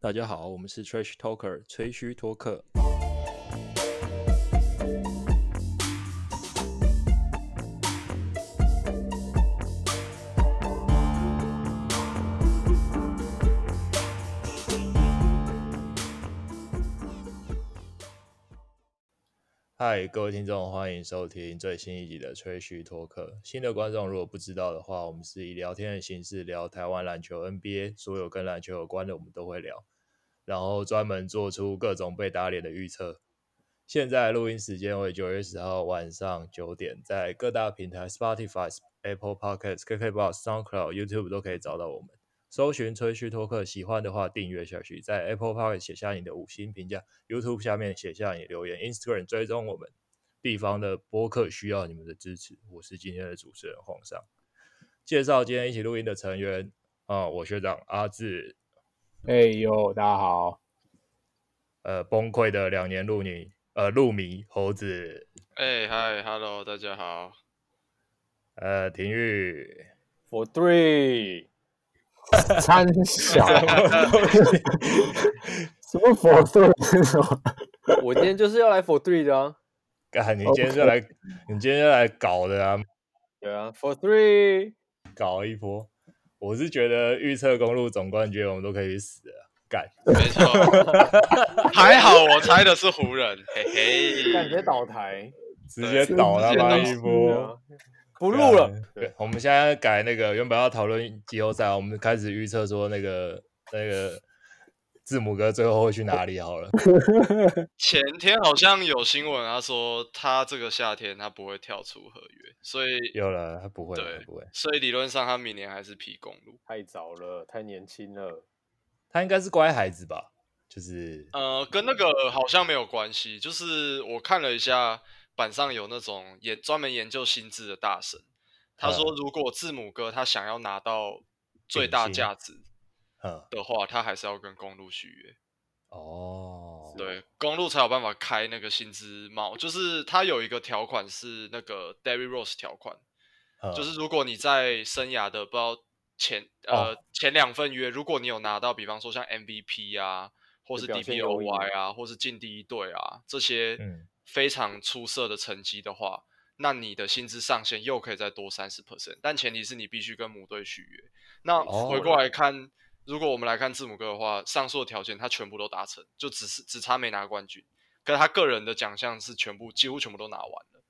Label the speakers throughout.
Speaker 1: 大家好，我们是 Trash Talker 吹嘘托客。嗨，各位听众，欢迎收听最新一集的《吹嘘托客》。新的观众如果不知道的话，我们是以聊天的形式聊台湾篮球、NBA，所有跟篮球有关的我们都会聊，然后专门做出各种被打脸的预测。现在录音时间为九月十号晚上九点，在各大平台 Spotify、Apple Podcasts、KKBox、SoundCloud、YouTube 都可以找到我们。搜寻“吹嘘托客”，喜欢的话订阅下去，在 Apple Park 写下你的五星评价，YouTube 下面写下你的留言，Instagram 追踪我们地方的播客需要你们的支持。我是今天的主持人皇上，介绍今天一起录音的成员啊、我学长阿志，
Speaker 2: 哎呦，大家 好！
Speaker 1: 呃，崩溃的两年路迷，呃，路迷猴子，
Speaker 3: 哎嗨，Hello，大家好。
Speaker 1: 呃，廷玉，
Speaker 4: For three，
Speaker 2: 参 小什么佛度是什么？
Speaker 4: 我今天就是要来 For three 的啊。
Speaker 1: 干，你今天就来你今天就来搞的啊，
Speaker 4: 对啊，For three，
Speaker 1: 搞一波。我是觉得预测公路总冠军，我们都可以去死啊，干。
Speaker 3: 没 错，还好我猜的是湖人，嘿嘿。
Speaker 4: 感觉倒台，
Speaker 1: 直接
Speaker 2: 啊
Speaker 1: 倒他妈
Speaker 3: 直
Speaker 1: 一
Speaker 4: 对
Speaker 1: 波。
Speaker 4: 啊，不录了。
Speaker 1: 对，我们现在改那个，原本要讨论季后赛，我们开始预测说那个那个字母哥最后会去哪里好 了。
Speaker 3: 前天好像有新闻，他说他这个夏天他不会跳出合约，所以
Speaker 1: 有了，他不会，
Speaker 3: 对
Speaker 1: 他不会，
Speaker 3: 所以理论上他明年还是皮公路。
Speaker 4: 太早了，太年轻了。
Speaker 1: 他应该是乖孩子吧？就是
Speaker 3: 呃，跟那个好像没有关系，就是我看了一下板上有那种也专门研究薪资的大神，
Speaker 4: 嗯
Speaker 3: 他说如果字母哥他想要拿到最
Speaker 1: 顶
Speaker 3: 大
Speaker 1: 薪
Speaker 3: 价值
Speaker 1: 嗯，
Speaker 3: 的话，他还是要跟公路续约。
Speaker 1: 哦，
Speaker 3: 对，公路才有办法开那个薪资帽，就是它有一个条款是那个 Derry Rose 条款，
Speaker 1: 嗯
Speaker 4: 呃
Speaker 3: 就是如果你在生涯的不知道前
Speaker 4: 哦
Speaker 3: 呃、前两份约，如果你有拿到，比方说像 MVP 啊，或
Speaker 4: 就是表现优异
Speaker 3: DPOY 啊，或是进第一队啊这些
Speaker 1: 嗯
Speaker 3: 非常出色的成绩的话，那你的薪资上限又可以再多三十 percent，但前提是你必须跟母队续约。那
Speaker 1: 哦
Speaker 3: 回过来看，如果我们来看字母哥的话，上述的条件他全部都达成，就只是只差没拿冠军。可是他个人的奖项是全部几乎全部都拿完了，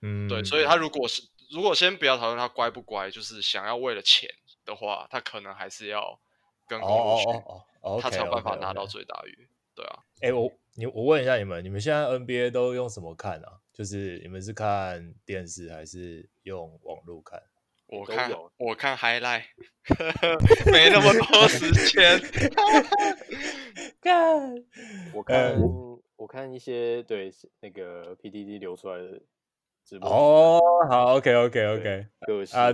Speaker 1: 嗯，
Speaker 3: 对，所以他如果是如果先不要讨论他乖不乖，就是想要为了钱的话，他可能还是要跟
Speaker 1: 哦
Speaker 3: 公路
Speaker 1: 哦
Speaker 3: 去，
Speaker 1: 哦哦，
Speaker 3: 他才有办法拿到
Speaker 1: OK，OK，OK。
Speaker 3: 最大约。对啊，
Speaker 1: 哎，我你我问一下你们，你们现在 NBA 都用什么看啊？就是你们是看电视还是用网络看？
Speaker 3: 我
Speaker 4: 都
Speaker 3: 看
Speaker 4: 有
Speaker 3: 我看 highlight，没那么多时 间。
Speaker 1: 看，呃
Speaker 4: 我看，我看一些对那个 PDD 流出来的直播，
Speaker 1: 哦，好，OK OK OK。
Speaker 4: 个性
Speaker 1: 啊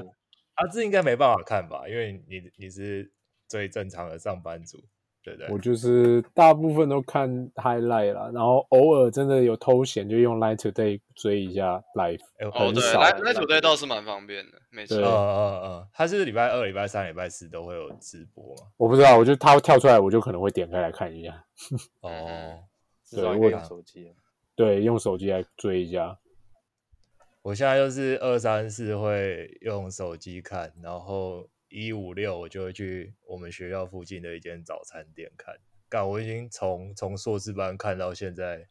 Speaker 1: 阿志应该没办法看吧，因为你你是最正常的上班族，对不对？
Speaker 2: 我就是大部分都看 highlight 啦，然后偶尔真的有偷闲就用 Light Today 追一下 Life。
Speaker 1: 哎我
Speaker 3: 哦，
Speaker 2: 很
Speaker 3: 对，
Speaker 2: 少
Speaker 3: 来
Speaker 2: 啊
Speaker 3: 来组队倒是蛮方便的，没
Speaker 1: 嗯
Speaker 3: 错。
Speaker 2: 对
Speaker 1: 嗯嗯，他是礼拜二、礼拜三、礼拜四都会有直播嘛？
Speaker 2: 我不知道，我就他跳出来，我就可能会点开来看一下。
Speaker 1: 哦，
Speaker 4: 至少
Speaker 2: 对
Speaker 4: 应该
Speaker 2: 我
Speaker 4: 用手机啊。
Speaker 2: 对，用手机来追一下。
Speaker 1: 我现在就是二三四会用手机看，然后一五六我就会去我们学校附近的一间早餐店看。干，我已经从从硕士班看到现在，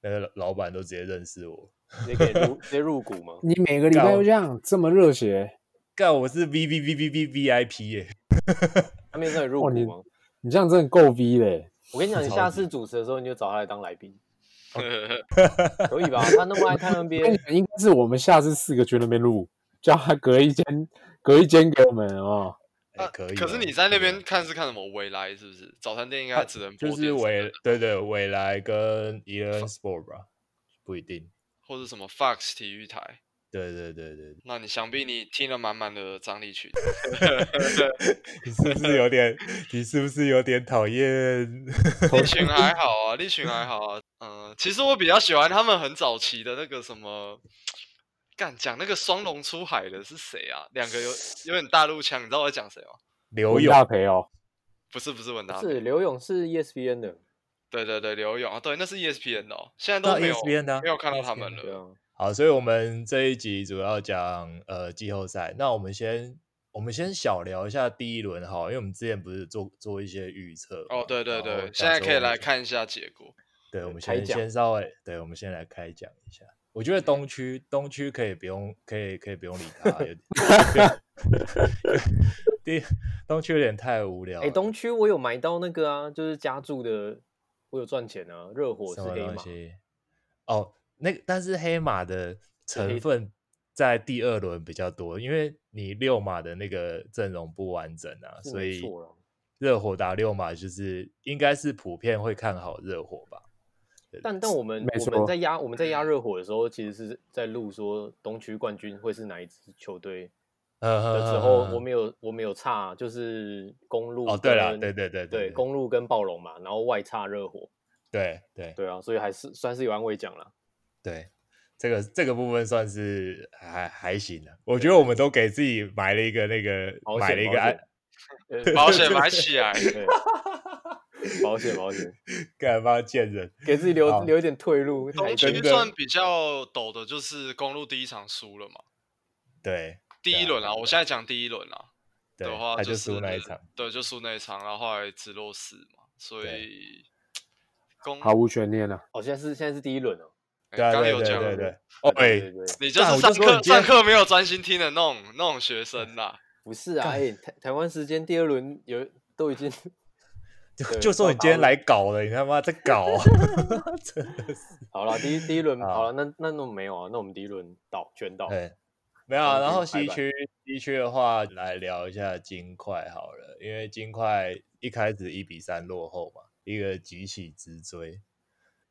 Speaker 1: 那个老板都直接认识我。
Speaker 4: 你可以入直接入股 吗？
Speaker 2: 你每个礼拜都这样这么热血，
Speaker 1: 干，我是 V V V V V V I P 耶、
Speaker 4: 他们也真的入
Speaker 2: 哦你
Speaker 4: 股吗？
Speaker 2: 你这样真的够逼嘞！
Speaker 4: 我跟你讲，你
Speaker 1: 超
Speaker 4: 下
Speaker 1: 级
Speaker 4: 次主持的时候，你就找他来当来 宾，
Speaker 1: 哎
Speaker 4: 可以吧？他那么爱看
Speaker 2: 那
Speaker 4: NBA，
Speaker 2: 你应该是我们下次四个去那边录，叫他隔一间隔一间给我们哦。
Speaker 1: 哎
Speaker 3: 啊
Speaker 1: 可以啊、
Speaker 3: 可是你在那
Speaker 1: 可以啊
Speaker 3: 边看是看什么微来是不是？早餐店应该只能播
Speaker 1: 就是
Speaker 3: 电视
Speaker 1: 未
Speaker 3: 的
Speaker 1: 对对未来 跟 Eleven Sport 吧，不一定。
Speaker 3: 或者什么 Fox 体育台。
Speaker 1: 对对对对，
Speaker 3: 那你想必你听了满满的张力群，
Speaker 1: 你是不是有点？你是不是有点讨厌？
Speaker 3: 立群还好啊，立群还好啊。嗯、其实我比较喜欢他们很早期的那个什么，干讲那个双龙出海的是谁啊？两个有有点大陆腔，你知道我在讲谁吗？
Speaker 1: 刘
Speaker 2: 文
Speaker 1: 勇
Speaker 2: 大培哦，
Speaker 3: 不是不是文达
Speaker 4: 是
Speaker 3: 佩，
Speaker 4: 刘勇是 E ESPN 的，
Speaker 3: 对对对，刘勇啊，对，那是 ESPN 哦，现在
Speaker 1: 那
Speaker 3: 都没有
Speaker 1: ESPN 的啊
Speaker 3: 没有看到他们
Speaker 4: 对
Speaker 3: 了。
Speaker 4: 啊，
Speaker 1: 好，所以我们这一集主要讲呃季后赛。那我们先我们先小聊一下第一轮好了，因为我们之前不是做做一些预测嘛
Speaker 3: 哦，对对
Speaker 1: 然后
Speaker 3: 对，
Speaker 1: 讲
Speaker 3: 现在
Speaker 1: 说
Speaker 3: 可以
Speaker 1: 我们
Speaker 3: 来看一下结 果。
Speaker 1: 对，我们
Speaker 4: 开
Speaker 1: 先
Speaker 4: 讲
Speaker 1: 先稍微，对，我们先来开讲一下。我觉得东区东区可以不用，可以可以不用理他，有点第东区有点太无聊了。
Speaker 4: 哎，东区我有买到那个啊，就是加注的，我有赚钱啊，热火是
Speaker 1: 什么
Speaker 4: 黑
Speaker 1: 东
Speaker 4: 马，
Speaker 1: 西？哦，那个但是黑马的成
Speaker 4: 黑
Speaker 1: 分在第二轮比较多，因为你六马的那个阵容不完整啊，
Speaker 4: 是
Speaker 1: 所
Speaker 4: 没
Speaker 1: 以
Speaker 4: 错啦
Speaker 1: 热火打六马就是应该是普遍会看好热火吧。
Speaker 4: 但但我们
Speaker 2: 没
Speaker 4: 我
Speaker 2: 错
Speaker 4: 们在压我们在
Speaker 1: 嗯
Speaker 4: 压热火的时候，其实是在录说东区冠军会是哪一支球队的
Speaker 1: 呃，
Speaker 4: 时候，我们有我们有差，就是公路
Speaker 1: 哦对啦
Speaker 4: 跟
Speaker 1: 对对对对
Speaker 4: 对
Speaker 1: 对
Speaker 4: 公路跟暴龙嘛，然后外差热火，
Speaker 1: 对对
Speaker 4: 对啊，所以还是算是有安慰奖啦。
Speaker 1: 对，这个这个部分算是还还行的、我觉得我们都给自己埋了一个那个
Speaker 4: 保
Speaker 1: 买
Speaker 4: 险
Speaker 1: 了一个
Speaker 4: 保险
Speaker 1: 安，
Speaker 4: 呃
Speaker 3: 保险买 起来，
Speaker 4: 对，保险保险，
Speaker 1: 干嘛贱人？
Speaker 4: 给自己
Speaker 1: 好
Speaker 4: 留留一点退路。
Speaker 3: 东
Speaker 4: 台
Speaker 3: 区
Speaker 1: 哎真的
Speaker 3: 算比较陡的，就是公路第一场输了嘛，
Speaker 1: 对
Speaker 3: 第
Speaker 1: 对
Speaker 3: 一
Speaker 1: 啊
Speaker 3: 轮啊，我现在讲第一轮啊
Speaker 1: 对
Speaker 3: 的，话，
Speaker 1: 他就是输那一场。，
Speaker 3: 对，就输那一场，然后后来直落四嘛，所
Speaker 1: 对
Speaker 3: 以公
Speaker 2: 毫无悬念啊了。
Speaker 4: 哦，现在是现在是第一轮哦。
Speaker 3: 哎
Speaker 1: 对啊
Speaker 3: 刚
Speaker 1: 对
Speaker 3: 有
Speaker 1: 对
Speaker 3: 讲
Speaker 1: 对
Speaker 4: 了
Speaker 1: 对，哦
Speaker 4: 对对
Speaker 1: 哎，
Speaker 4: 对，
Speaker 3: 你就
Speaker 1: 干
Speaker 3: 是
Speaker 1: 我
Speaker 3: 上
Speaker 1: 就说
Speaker 3: 课
Speaker 1: 你今天
Speaker 3: 上课没有专心听的那种那种 学生啦。
Speaker 4: 不是啊，哎，台台湾时间第二轮有都已经
Speaker 1: 就
Speaker 4: 对
Speaker 1: 就说
Speaker 4: 到
Speaker 1: 你今天
Speaker 4: 达
Speaker 1: 来搞了，你他妈在搞啊，真的是。
Speaker 4: 好了，第一第一轮
Speaker 1: 好
Speaker 4: 好了，那那那我们没有啊，那我们第一轮倒全倒。
Speaker 1: 对，没有啊。
Speaker 4: 东
Speaker 1: 然
Speaker 4: 区
Speaker 1: 后
Speaker 4: 拜
Speaker 1: 西
Speaker 4: 拜
Speaker 1: 区西区的话，来聊一下金块好了，因为金块一开始一比三落后嘛，一个急起直追。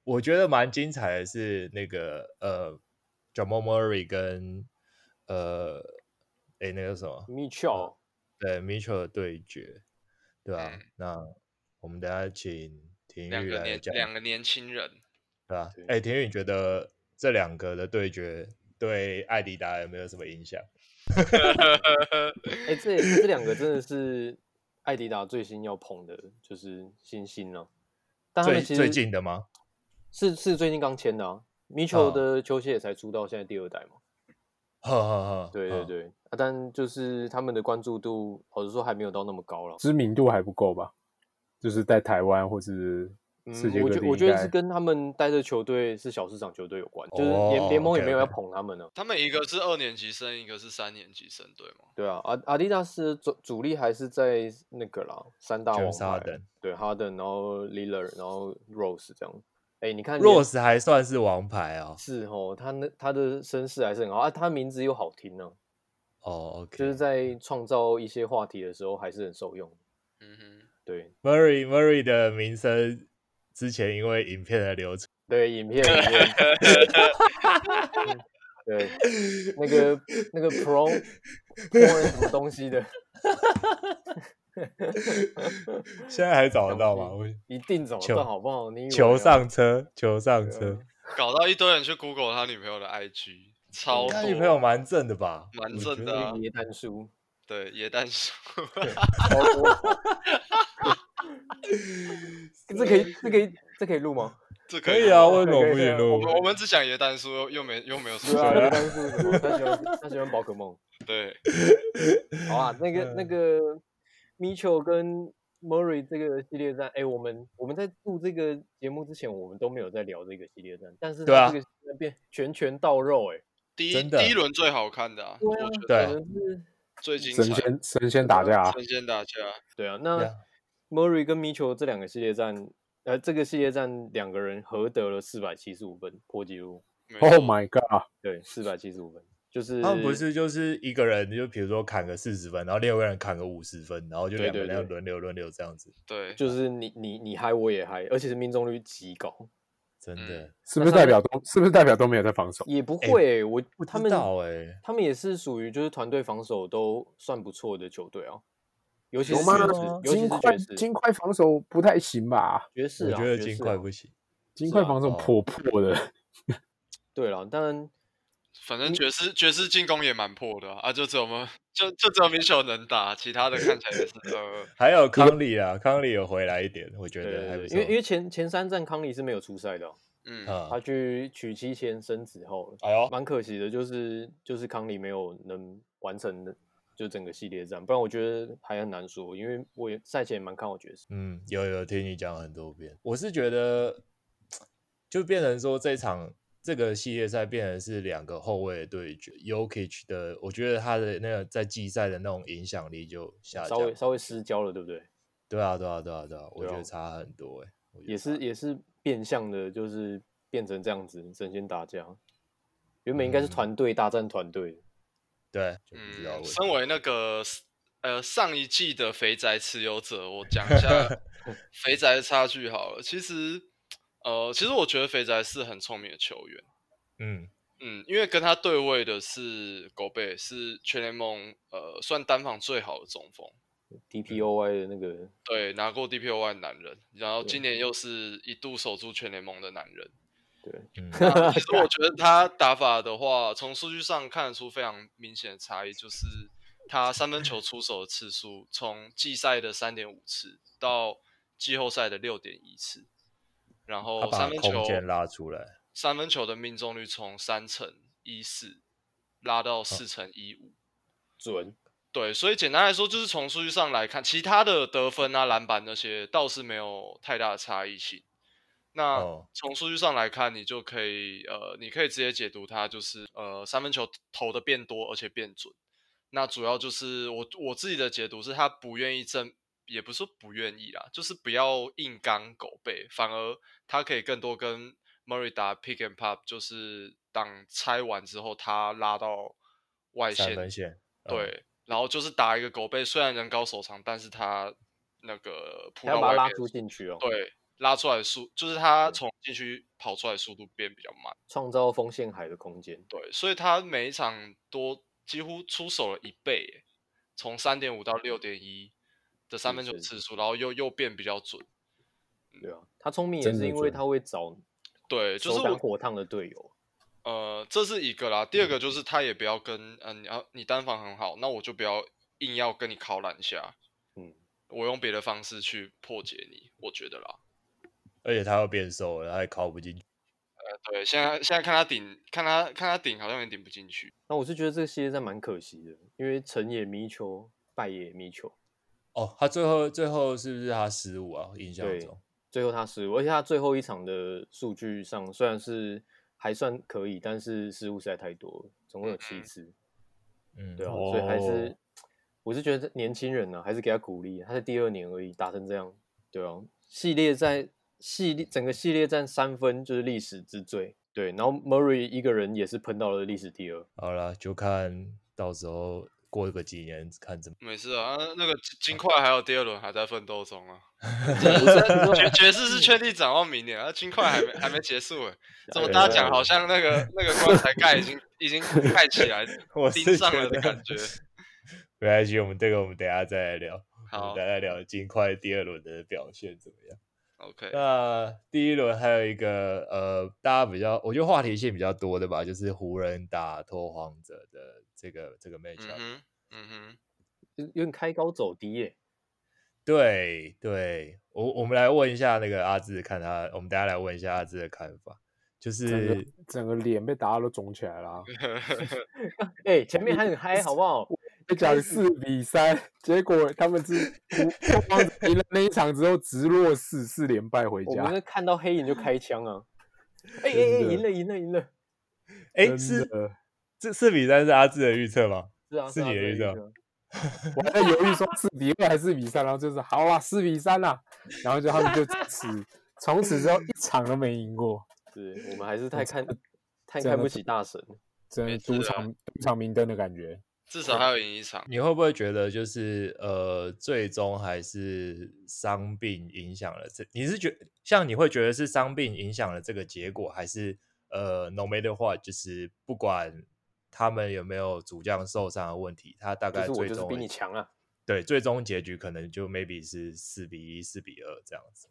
Speaker 1: 我觉得蛮精彩的是那个呃，Jamal Murray 跟呃，哎那个什么，
Speaker 4: Mitchell
Speaker 1: 对 Mitchell 的对决，对吧、
Speaker 3: 嗯
Speaker 1: 那我们等一下请廷
Speaker 3: 两
Speaker 1: 玉
Speaker 3: 个
Speaker 1: 来
Speaker 3: 年
Speaker 1: 讲，
Speaker 3: 两个年轻人，
Speaker 1: 对吧、啊
Speaker 4: 对？
Speaker 1: 哎，廷玉，你觉得这两个的对决对艾迪达有没有什么影响？
Speaker 4: 哎，这这两个真的是艾迪达最新要捧的，就是新星了。但他
Speaker 1: 最
Speaker 4: 们其实
Speaker 1: 最近的吗？
Speaker 4: 是是最近刚签的啊。
Speaker 1: 哦
Speaker 4: Mitchell 的球鞋也才出到现在第二代嘛。
Speaker 1: 呵呵呵，
Speaker 4: 对对
Speaker 1: 呵，
Speaker 4: 对，啊但就是他们的关注度，老实说还没有到那么高了。
Speaker 2: 知名度还不够吧？就是在台湾或是世界
Speaker 4: 嗯我
Speaker 2: 各
Speaker 4: 觉
Speaker 2: 地
Speaker 4: 我觉
Speaker 2: 应
Speaker 4: 得
Speaker 2: 该
Speaker 4: 是跟他们待的球队是小市场球队有关，就是联联
Speaker 1: 哦
Speaker 4: 盟也没有要
Speaker 1: OK，OK
Speaker 4: 捧他们呢、
Speaker 3: 他们一个是二年级生，一个是三年级生，对吗？
Speaker 4: 对啊，阿阿迪达斯主主力还是在那个啦，三大王
Speaker 1: James
Speaker 4: 牌
Speaker 1: Harden，
Speaker 4: 对哈登，然后 l i l l a r 然后 Rose 这样。哎，你看连
Speaker 1: Rose 还算是王牌哦。
Speaker 4: 是哦，他那他的身世还是很好啊，他名字又好听呢、
Speaker 1: 哦，OK，嗯
Speaker 4: 就是在创造一些话题的时候还是很受用。
Speaker 3: 嗯哼，
Speaker 4: 对
Speaker 1: Murray Murray 的名声之前因为影片的流出，
Speaker 4: 对，影片里面对那个那个 Pro Pro 什么东西的。
Speaker 1: 现在还找得到吗？
Speaker 4: 东
Speaker 1: 我
Speaker 4: 一定找
Speaker 1: 球
Speaker 4: 得到，好不好？你以为
Speaker 1: 球
Speaker 4: 啊
Speaker 1: 上车，球上车。
Speaker 3: 搞到一堆人去 Google 他女朋友的 IG，超
Speaker 1: 他女朋
Speaker 4: 啊
Speaker 1: 友
Speaker 3: 多，
Speaker 1: 蛮正的吧？
Speaker 3: 蛮
Speaker 1: 我
Speaker 3: 正
Speaker 1: 觉
Speaker 3: 的
Speaker 1: 得
Speaker 3: 啊
Speaker 4: 椰蛋叔，
Speaker 3: 对，也但是
Speaker 4: 这可以，这可以，这可以录吗？
Speaker 3: 这可
Speaker 1: 可以
Speaker 3: 啊。
Speaker 1: 啊，为什
Speaker 4: 可以
Speaker 1: 么不
Speaker 4: 可以
Speaker 1: 行
Speaker 3: 我
Speaker 1: 录？
Speaker 3: 们我们只讲耶诞书，又又没又没有说
Speaker 4: 对啊，椰
Speaker 3: 对
Speaker 4: 蛋叔什么？他喜欢他喜欢宝可梦。
Speaker 1: 啊
Speaker 3: 对，
Speaker 4: 好啊，那个那
Speaker 1: 嗯
Speaker 4: 个 Mitchell 跟 Murray 这个系列战，哎，我们我们在录这个节目之前，我们都没有在聊这个系列战，但是
Speaker 1: 对
Speaker 4: 它
Speaker 1: 啊
Speaker 4: 这个系列战变拳拳到肉，哎，
Speaker 3: 第一
Speaker 1: 真的
Speaker 3: 第一轮最好看的啊，我
Speaker 4: 啊
Speaker 1: 对
Speaker 3: 觉得
Speaker 4: 可能是
Speaker 3: 最精
Speaker 2: 神
Speaker 3: 彩，
Speaker 2: 仙神仙打架、啊，
Speaker 3: 神仙打架，
Speaker 4: 对啊，
Speaker 1: 对
Speaker 4: 那
Speaker 1: 啊
Speaker 4: Murray 跟 Mitchell 这两个系列战，呃，这个系列战两个人合得了四百七十五分，破纪录。
Speaker 3: 没错
Speaker 2: Oh my god！
Speaker 4: 对，四百七十五分，就是
Speaker 1: 他们不是就是一个人，就比如说砍个四十分，然后另外一个人砍个五十分，然后就
Speaker 4: 对
Speaker 1: 两个
Speaker 4: 对
Speaker 1: 人要
Speaker 4: 对
Speaker 1: 轮流轮流这样子，
Speaker 3: 对，
Speaker 4: 就是你你你嗨我也嗨，而且是命中率极高，
Speaker 1: 真
Speaker 4: 嗯
Speaker 1: 的
Speaker 2: 是不是代表都是不是代表都没有在防守？
Speaker 4: 也不
Speaker 1: 哎
Speaker 4: 会欸、我
Speaker 1: 不
Speaker 4: 他
Speaker 1: 知
Speaker 4: 们
Speaker 1: 道哎。
Speaker 4: 他们也是属于就是团队防守都算不错的球队啊，尤其
Speaker 1: 有
Speaker 4: 是
Speaker 1: 吗
Speaker 4: 爵士，尤其
Speaker 2: 金
Speaker 4: 是
Speaker 2: 块
Speaker 4: 爵士，
Speaker 2: 金块防守不太行吧？
Speaker 4: 爵士
Speaker 1: 我
Speaker 4: 啊，
Speaker 1: 觉得
Speaker 4: 爵
Speaker 1: 金
Speaker 4: 士
Speaker 1: 块
Speaker 4: 啊
Speaker 1: 不行，
Speaker 2: 金块防守
Speaker 1: 哦
Speaker 2: 破破的，
Speaker 4: 对了，当然
Speaker 3: 反正爵士爵士进攻也蛮破的啊，啊就只有我们就就只有米球能打，其他的看起来也是呃，
Speaker 1: 还有康利啊，康利有回来一点，我觉
Speaker 4: 对
Speaker 1: 得还
Speaker 4: 对
Speaker 1: 不
Speaker 4: 对，
Speaker 1: 错。
Speaker 4: 因为因为前前三站康里是没有出赛的哦、
Speaker 3: 嗯，
Speaker 1: 啊
Speaker 4: 他，去娶妻前生子后，
Speaker 1: 哎呦，
Speaker 4: 蛮可惜的，就是就是康里没有能完成的，就整个系列战，不然我觉得还很难说，因为我也赛前也蛮看好爵士。
Speaker 1: 嗯，有有听你讲很多遍，我是觉得就变成说这场这个系列赛变成是两个后卫的对决，Yokich 的，我觉得他的那个在季赛的那种影响力就下
Speaker 4: 稍
Speaker 1: 降，
Speaker 4: 微稍微失焦了，对不对？
Speaker 1: 对啊对啊对啊对啊，我
Speaker 4: 对
Speaker 1: 觉
Speaker 4: 啊
Speaker 1: 得差很多哎、我觉得
Speaker 4: 也是也是变相的，就是变成这样子，神仙打架。原本应该是
Speaker 1: 嗯
Speaker 4: 团队大战团队的，
Speaker 1: 对，就不知道
Speaker 3: 嗯，
Speaker 1: 为什
Speaker 3: 身
Speaker 1: 么
Speaker 3: 为那个呃上一季的肥宅持有者，我讲一 下肥宅的差距好了。其实呃，其实我觉得肥宅是很聪明的球员，
Speaker 1: 嗯
Speaker 3: 嗯，因为跟他对位的是狗贝，是全联盟呃算单防最好的中锋。嗯
Speaker 4: DPOY 的那个，
Speaker 3: 对，拿过 DPOY 的男人，然后
Speaker 4: 对
Speaker 3: 今年又是一度守住全联盟的男人。
Speaker 4: 对，
Speaker 1: 嗯，
Speaker 3: 那啊其实我觉得他打法的话，从数据上看得出非常明显的差异，就是他三分球出手的次数从季赛的三点五次到季后赛的六点一次，然
Speaker 1: 他
Speaker 3: 后
Speaker 1: 把
Speaker 3: 三分球
Speaker 1: 空间拉出来，
Speaker 3: 三分球的命中率从三成一四拉
Speaker 1: 嗯
Speaker 3: 到四成一五。
Speaker 4: 准，
Speaker 3: 对，所以简单来说，就是从数据上来看，其他的得分啊、篮板那些倒是没有太大的差异性。那
Speaker 1: 哦
Speaker 3: 从数据上来看，你就可以呃，你可以直接解读它就是呃，三分球投的变多，而且变准。那主要就是我我自己的解读是，他不愿意争，也不是说不愿意啦，就是不要硬刚狗背，反而他可以更多跟 Murray 打 pick and pop，就是当拆完之后，他拉到外
Speaker 1: 三
Speaker 3: 线
Speaker 1: 分线，嗯
Speaker 3: 对，然后就是打一个狗背，虽然人高手长，但是他那个扑
Speaker 4: 还
Speaker 3: 到
Speaker 4: 要把它
Speaker 3: 外
Speaker 4: 拉
Speaker 3: 面
Speaker 4: 出嗯禁区哦，
Speaker 3: 对，拉出来的速，就是他从禁区跑出来的速度变比较慢，
Speaker 4: 创造锋线海的空间。
Speaker 3: 对，所以他每一场多几乎出手了一倍耶，从三点五到六点一的三
Speaker 4: 是
Speaker 3: 分球
Speaker 4: 是
Speaker 3: 次数，然后又又变比较准，嗯
Speaker 4: 对啊，他聪明也
Speaker 2: 真
Speaker 4: 是
Speaker 2: 的
Speaker 4: 因为
Speaker 2: 准
Speaker 4: 他会找
Speaker 3: 对，就
Speaker 4: 手
Speaker 3: 是
Speaker 4: 感
Speaker 3: 我
Speaker 4: 火嗯烫的队友，
Speaker 3: 呃，这是一个啦。第二个就是他也不要跟呃，你要你单防很好，那我就不要硬要跟你靠篮下，
Speaker 4: 嗯，
Speaker 3: 我用别的方式去破解你，我觉得啦。
Speaker 1: 而且他又变瘦了，他也靠不进去。
Speaker 3: 对，现在现在看他顶，看他看他顶，好像也顶不进去。
Speaker 4: 那我是觉得这个系列赛蛮可惜的，因为成也迷球，败也迷球，
Speaker 1: 哦，他最后最后是不是他失误啊？印象
Speaker 4: 对
Speaker 1: 中，
Speaker 4: 最后他失误，而且他最后一场的数据上虽然是还算可以，但是失误实在太多了，总共有
Speaker 3: 嗯
Speaker 4: 七
Speaker 3: 嗯
Speaker 4: 次。
Speaker 1: 嗯，
Speaker 4: 对啊，
Speaker 2: 哦
Speaker 4: 所以还是我是觉得年轻人呢、啊，还是给他鼓励。他在第二年而已，打成这样，对啊，系列在系列整个系列战三分就是历史之最，对。然后 Murray 一个人也是喷到了历史第二，
Speaker 1: 好了，就看到时候过个几年看怎么。
Speaker 3: 没事啊，那个金金块还有第二轮还在奋斗中啊。
Speaker 4: 不是啊不是
Speaker 3: 爵
Speaker 4: 啊
Speaker 3: 爵士是确定展望明年，啊，金块还没还没结束哎，怎么
Speaker 4: 对
Speaker 3: 大家
Speaker 4: 对
Speaker 3: 讲
Speaker 4: 对
Speaker 3: 好像那个那个棺材盖已经已经盖起来
Speaker 1: 我
Speaker 3: 钉
Speaker 1: 是
Speaker 3: 上
Speaker 1: 觉
Speaker 3: 了
Speaker 1: 得
Speaker 3: 的感觉。
Speaker 1: 没关系，我们这个我们等一下再来聊。我们
Speaker 3: 好
Speaker 1: 等一下聊金块第二轮的表现怎么样？
Speaker 3: ，OK，嗯
Speaker 1: 那第一轮还有一个呃，大家比较我觉得话题性比较多的吧，就是湖人打拓荒者的这个这个 match、
Speaker 3: 嗯哼，嗯哼，
Speaker 4: 有点开高走低耶、
Speaker 1: 对对，我我们来问一下那个阿志，看他，我们大家来问一下阿志的看法，就
Speaker 2: 整个
Speaker 1: 是
Speaker 2: 整个脸被打到都肿起来了啊、
Speaker 4: 哎、前面还很嗨，好不好？
Speaker 2: 被讲四比三， 结果他们是不光赢了那一场之后直落四四连败回
Speaker 4: 我们
Speaker 2: 家。
Speaker 4: 是看到黑影就开枪啊！哎哎哎，
Speaker 2: 啊真的
Speaker 4: 赢了赢了赢了！
Speaker 1: 哎、
Speaker 2: 真
Speaker 1: 是
Speaker 2: 的
Speaker 1: 这四比三是阿志的预测吗？
Speaker 4: 是啊，
Speaker 1: 是
Speaker 4: 啊
Speaker 1: 你的
Speaker 4: 这
Speaker 1: 预
Speaker 4: 个
Speaker 1: 测
Speaker 4: 测
Speaker 2: 我还在犹豫说四比二还是四比三，然后就是好啦，四比三啦，然后就他们就此从此之后一场都没赢过，
Speaker 4: 是我们还是太看太
Speaker 2: 这
Speaker 4: 看
Speaker 2: 样
Speaker 4: 不
Speaker 2: 的
Speaker 4: 起大神。
Speaker 2: 真
Speaker 3: 没
Speaker 2: 的
Speaker 3: 事
Speaker 2: 赌
Speaker 3: 啊
Speaker 2: 场赌场明灯的感觉。
Speaker 3: 至少还有赢一场。
Speaker 1: 你会不会觉得就是呃，最终还是伤病影响了这？你是觉像你会觉得是伤病影响了这个结果，还是呃，no matter what，就是不管他们有没有主将受伤的问题，他大
Speaker 4: 就
Speaker 1: 概
Speaker 4: 是我
Speaker 1: 最
Speaker 4: 就是
Speaker 1: 终
Speaker 4: 比
Speaker 1: 的
Speaker 4: 你强啊！
Speaker 1: 对最终结局可能就 maybe 是四比一、四比二这样子。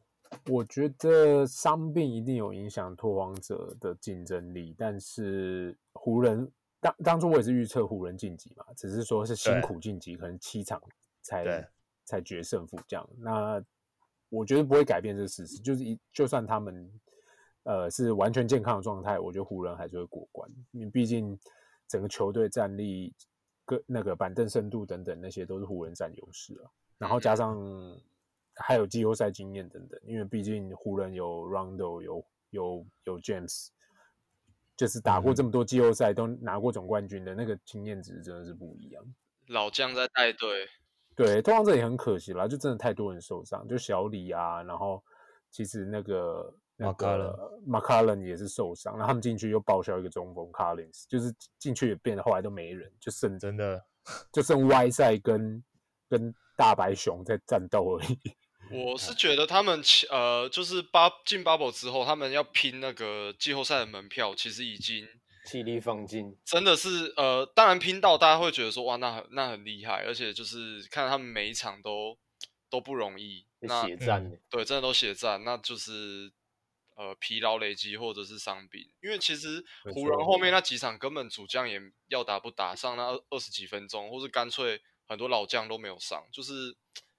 Speaker 2: 我觉得伤病一定有影响拓荒者的竞争力，但是湖人当当初我也是预测湖人晋级嘛，只是说是辛
Speaker 1: 对
Speaker 2: 苦晋级，可能七场
Speaker 1: 对
Speaker 2: 才才决胜负这样。那我觉得不会改变这个事实，就是一就算他们呃是完全健康的状态，我觉得湖人还是会过关，因为毕竟整个球队战力、各那个板凳深度等等那些都是湖人占优势啊。然后加上还有季后赛经验等等，因为毕竟湖人有 Rondo 有有有 James，就是打过这么多季后赛都拿过总冠军的那个经验值真的是不一样。
Speaker 3: 老将在带队，
Speaker 2: 对，拓荒者也很可惜啦，就真的太多人受伤，就小李啊，然后其实那个那
Speaker 1: McCollum
Speaker 2: 个 m c c o l l u m 也是受伤，然后他们进去又报销一个中锋 Collins，就是进去也变得后来都没人，就剩
Speaker 1: 真的
Speaker 2: 就剩 Y 赛跟跟大白熊在战斗而已。
Speaker 3: 我是觉得他们其呃，就是八进 bubble 之后，他们要拼那个季后赛的门票，其实已经
Speaker 4: 气力放尽，
Speaker 3: 真的是呃，当然拼到大家会觉得说哇，那很那很厉害，而且就是看他们每一场都都不容易，
Speaker 4: 是
Speaker 3: 那
Speaker 4: 血战
Speaker 1: 嗯
Speaker 4: 的。
Speaker 3: 对，真的都血战，那就是呃疲劳累积或者是伤病，因为其实
Speaker 2: 没
Speaker 3: 湖人
Speaker 2: 错
Speaker 3: 后面那几场根本主将也要打不打上那二二十几分钟，或是干脆很多老将都没有上，就是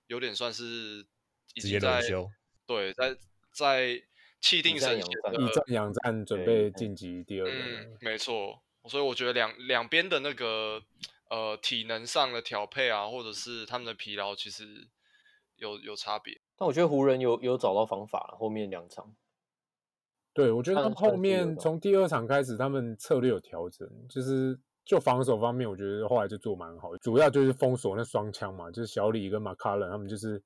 Speaker 3: 有点算是已
Speaker 1: 直接
Speaker 3: 经
Speaker 1: 轮
Speaker 3: 在
Speaker 1: 休，
Speaker 3: 对在在气定
Speaker 4: 战
Speaker 3: 神
Speaker 4: 养
Speaker 3: 闲
Speaker 4: 战
Speaker 3: 的
Speaker 2: 以战养战，准备晋级第二轮
Speaker 3: 嗯，。没错，所以我觉得两两边的那个呃体能上的调配啊，或者是他们的疲劳，其实有有差别。
Speaker 4: 但我觉得湖人有有找到方法了，后面两场
Speaker 2: 对，我觉得
Speaker 4: 看
Speaker 2: 他们后
Speaker 4: 看第二
Speaker 2: 面
Speaker 4: 吧
Speaker 2: 从第二场开始，他们策略有调整，就是就防守方面，我觉得后来就做蛮好的，主要就是封锁那双枪嘛，就是小李跟马卡伦他们就是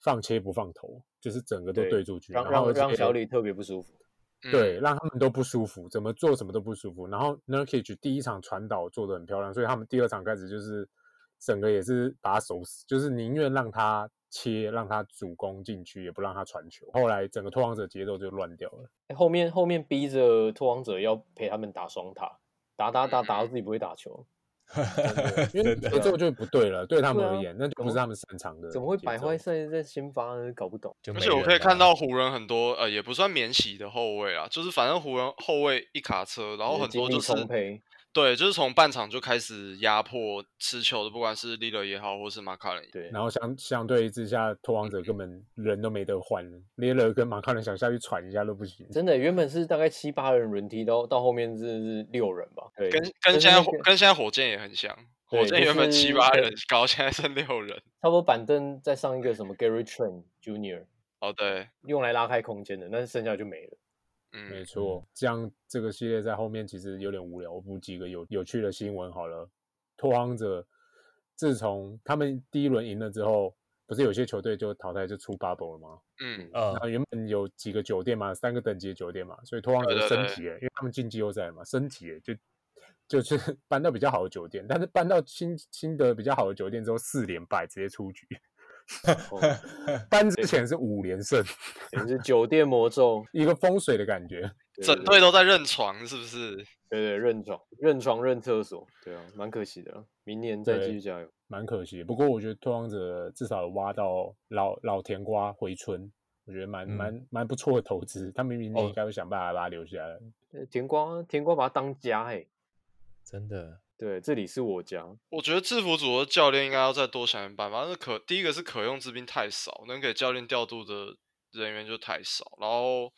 Speaker 2: 放切不放头，就是整个都
Speaker 4: 对
Speaker 2: 对出去，
Speaker 4: 让
Speaker 2: 然后
Speaker 4: 让
Speaker 2: 而且
Speaker 4: 让小李特别不舒服。
Speaker 3: 嗯、
Speaker 2: 对，让他们都不舒服，怎么做什么都不舒服。然后 Nurkic 第一场传导做的很漂亮，所以他们第二场开始就是整个也是把他守死，就是宁愿让他切，让他主攻进去，也不让他传球。后来整个拓荒者节奏就乱掉了。
Speaker 4: 哎后面后面逼着拓荒者要陪他们打双塔，打打打
Speaker 3: 嗯
Speaker 4: 打到自己不会打球，
Speaker 2: 因为
Speaker 1: 真的
Speaker 2: 节奏就不对了，对他们
Speaker 4: 对啊
Speaker 2: 而言，那就不是他们擅长的。
Speaker 4: 怎么会百坏？赛在先发呢？搞不懂。
Speaker 1: 就
Speaker 3: 而
Speaker 1: 没
Speaker 3: 且我
Speaker 1: 人
Speaker 3: 可以看
Speaker 1: 啊
Speaker 3: 到湖人很多呃，也不算免洗的后卫啊，就是反正湖人后卫一卡车，然后
Speaker 4: 也
Speaker 3: 很
Speaker 4: 精
Speaker 3: 多
Speaker 4: 力
Speaker 3: 就是
Speaker 4: 充沛
Speaker 3: 对，就是从半场就开始压迫持球的，不管是利勒也好，或是马卡伦，
Speaker 4: 对，
Speaker 2: 然后相相对之下，拓荒者根本人都没得换了，勒勒跟马卡伦想下去喘一下都不行。
Speaker 4: 真的原本是大概七八人轮替，到到后面是是六人吧。对，
Speaker 3: 跟
Speaker 4: 就
Speaker 3: 跟
Speaker 4: 是
Speaker 3: 现在
Speaker 4: 那
Speaker 3: 火
Speaker 4: 个
Speaker 3: 跟现在火箭也很像，火
Speaker 4: 对
Speaker 3: 箭
Speaker 4: 就
Speaker 3: 原本七
Speaker 4: 是
Speaker 3: 八
Speaker 4: 可以
Speaker 3: 人高，现在剩六人。
Speaker 4: 差不多板凳再上一个什么 Gary Trent Junior，
Speaker 3: 哦，对，
Speaker 4: 用来拉开空间的，但是剩下就没了。
Speaker 3: 嗯，
Speaker 2: 没错，这样这个系列在后面其实有点无聊。我补几个有有趣的新闻好了。拓荒者自从他们第一轮赢了之后，不是有些球队就淘汰就出 bubble 了吗？
Speaker 3: 嗯，
Speaker 2: 然
Speaker 1: 嗯，
Speaker 2: 后啊原本有几个酒店嘛，三个等级的酒店嘛，所以拓荒
Speaker 3: 对
Speaker 2: 者
Speaker 3: 对
Speaker 2: 升
Speaker 3: 对
Speaker 2: 级了，因为他们进季后赛了嘛，升级了就就去 搬到比较好的酒店，但是搬到新新的比较好的酒店之后四连败直接出局，
Speaker 4: 哦
Speaker 2: 搬之前是五连胜，
Speaker 4: 简直是酒店魔咒，
Speaker 2: 一个风水的感觉。
Speaker 4: 对
Speaker 3: 整队都在认床，是不是？
Speaker 4: 对对认床、认床、认厕所，对啊，蛮可惜的啊。明年再继
Speaker 2: 对
Speaker 4: 续加油。
Speaker 2: 蛮可惜的。不过我觉得拓荒者至少有挖到老老甜瓜回春，我觉得蛮
Speaker 1: 嗯
Speaker 2: 蛮蛮不错的投资。他们明年
Speaker 1: 哦
Speaker 2: 应该会想办法把他留下来。
Speaker 4: 呃甜瓜，甜瓜把它当家嘿，
Speaker 1: 真的
Speaker 4: 对，这里是我家，
Speaker 3: 我觉得制服组的教练应该要再多想点办法。那可第一个是可用之兵太少，能给教练调度的人员就太少。然后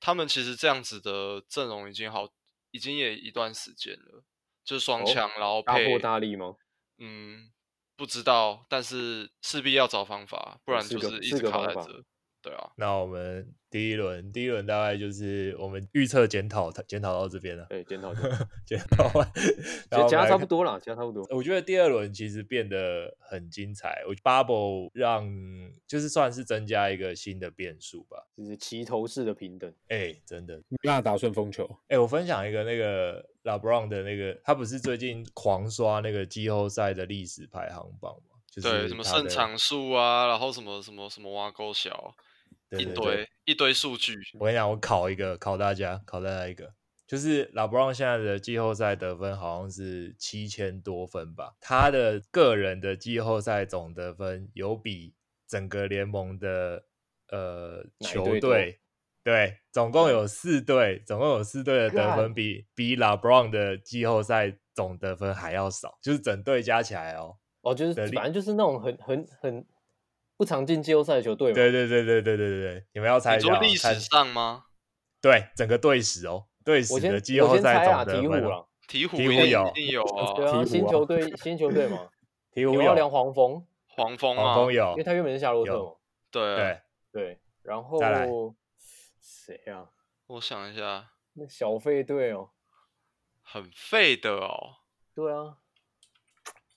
Speaker 3: 他们其实这样子的阵容已经好，已经也一段时间了，就是双
Speaker 4: 哦
Speaker 3: 枪，然后
Speaker 4: 大
Speaker 3: 配
Speaker 4: 破大立吗？
Speaker 3: 嗯，不知道，但是势必要找方法，不
Speaker 4: 有
Speaker 3: 然
Speaker 4: 四
Speaker 3: 就
Speaker 4: 个
Speaker 3: 是一
Speaker 4: 四
Speaker 3: 直
Speaker 4: 个
Speaker 3: 卡
Speaker 4: 方
Speaker 3: 在
Speaker 4: 法
Speaker 3: 这。对啊，
Speaker 1: 那我们第一轮，第一轮大概就是我们预测检讨，检讨到这边了，
Speaker 4: 对，检讨检讨，
Speaker 1: 检讨完，然后
Speaker 4: 其实
Speaker 1: 我们
Speaker 4: 加
Speaker 1: 来
Speaker 4: 嗯差
Speaker 1: 看
Speaker 4: 不多啦，加差不多。
Speaker 1: 我觉得第二轮其实变得很精彩。我 bubble 让就是算是增加一个新的变数吧。
Speaker 4: 就是齐头式的平等，
Speaker 1: 哎、真的，
Speaker 2: 没办法打顺风球，
Speaker 1: 哎、我分享一个那个 LeBron 的那个，他不是最近狂刷那个季后赛的历史排行榜吗？就是
Speaker 3: 对，什么
Speaker 1: 他
Speaker 3: 胜
Speaker 1: 的
Speaker 3: 场数啊，然后什么什么什么挖沟小，
Speaker 1: 对
Speaker 3: 一
Speaker 1: 对对
Speaker 3: 堆一堆数据。
Speaker 1: 我跟你讲，我考一个，考大家，考大家一个，就是拉布朗现在的季后赛得分好像是七千多分吧，他的个人的季后赛总得分有比整个联盟的呃
Speaker 4: 哪一
Speaker 1: 球
Speaker 4: 队多嗯
Speaker 1: 队，对，总共有四队，总共有四队的得分
Speaker 4: 干
Speaker 1: 比比 LeBron 的季后赛总得分还要少，就是整队加起来哦。
Speaker 4: 哦，就是
Speaker 1: 的力
Speaker 4: 反正就是那种很很很不常进季后赛的球队嘛。
Speaker 1: 对对对对对对对对，你们要猜
Speaker 3: 你
Speaker 1: 一下
Speaker 3: 说
Speaker 1: 吗，
Speaker 3: 历史
Speaker 1: 猜
Speaker 3: 上吗？
Speaker 1: 对整个队史哦，队史
Speaker 4: 我先
Speaker 1: 的季
Speaker 4: 我
Speaker 1: 后
Speaker 4: 先
Speaker 1: 赛
Speaker 4: 猜啊，
Speaker 1: 总
Speaker 4: 鹈
Speaker 1: 得分
Speaker 4: 鹕
Speaker 1: 哦。
Speaker 4: 啦，
Speaker 3: 鹈
Speaker 1: 鹈鹕
Speaker 3: 鹕一定
Speaker 1: 有
Speaker 3: 一定有
Speaker 4: 对
Speaker 2: 鹈
Speaker 3: 啊，
Speaker 2: 鹕
Speaker 4: 啊，
Speaker 2: 啊
Speaker 4: 新球队新球队 嘛，
Speaker 1: 鹈
Speaker 4: 有
Speaker 1: 鹕
Speaker 4: 要
Speaker 1: 有
Speaker 4: 量黄蜂，
Speaker 3: 黄蜂
Speaker 1: 黄
Speaker 3: 啊，
Speaker 1: 蜂
Speaker 4: 因
Speaker 1: 哦有
Speaker 4: 为，他原本是夏洛特
Speaker 1: 有
Speaker 4: 嘛，
Speaker 3: 对啊
Speaker 1: 对，
Speaker 4: 对，然
Speaker 1: 再来
Speaker 4: 后谁啊？
Speaker 3: 我想一下，
Speaker 4: 那小费队哦，
Speaker 3: 很废的哦，
Speaker 4: 对啊，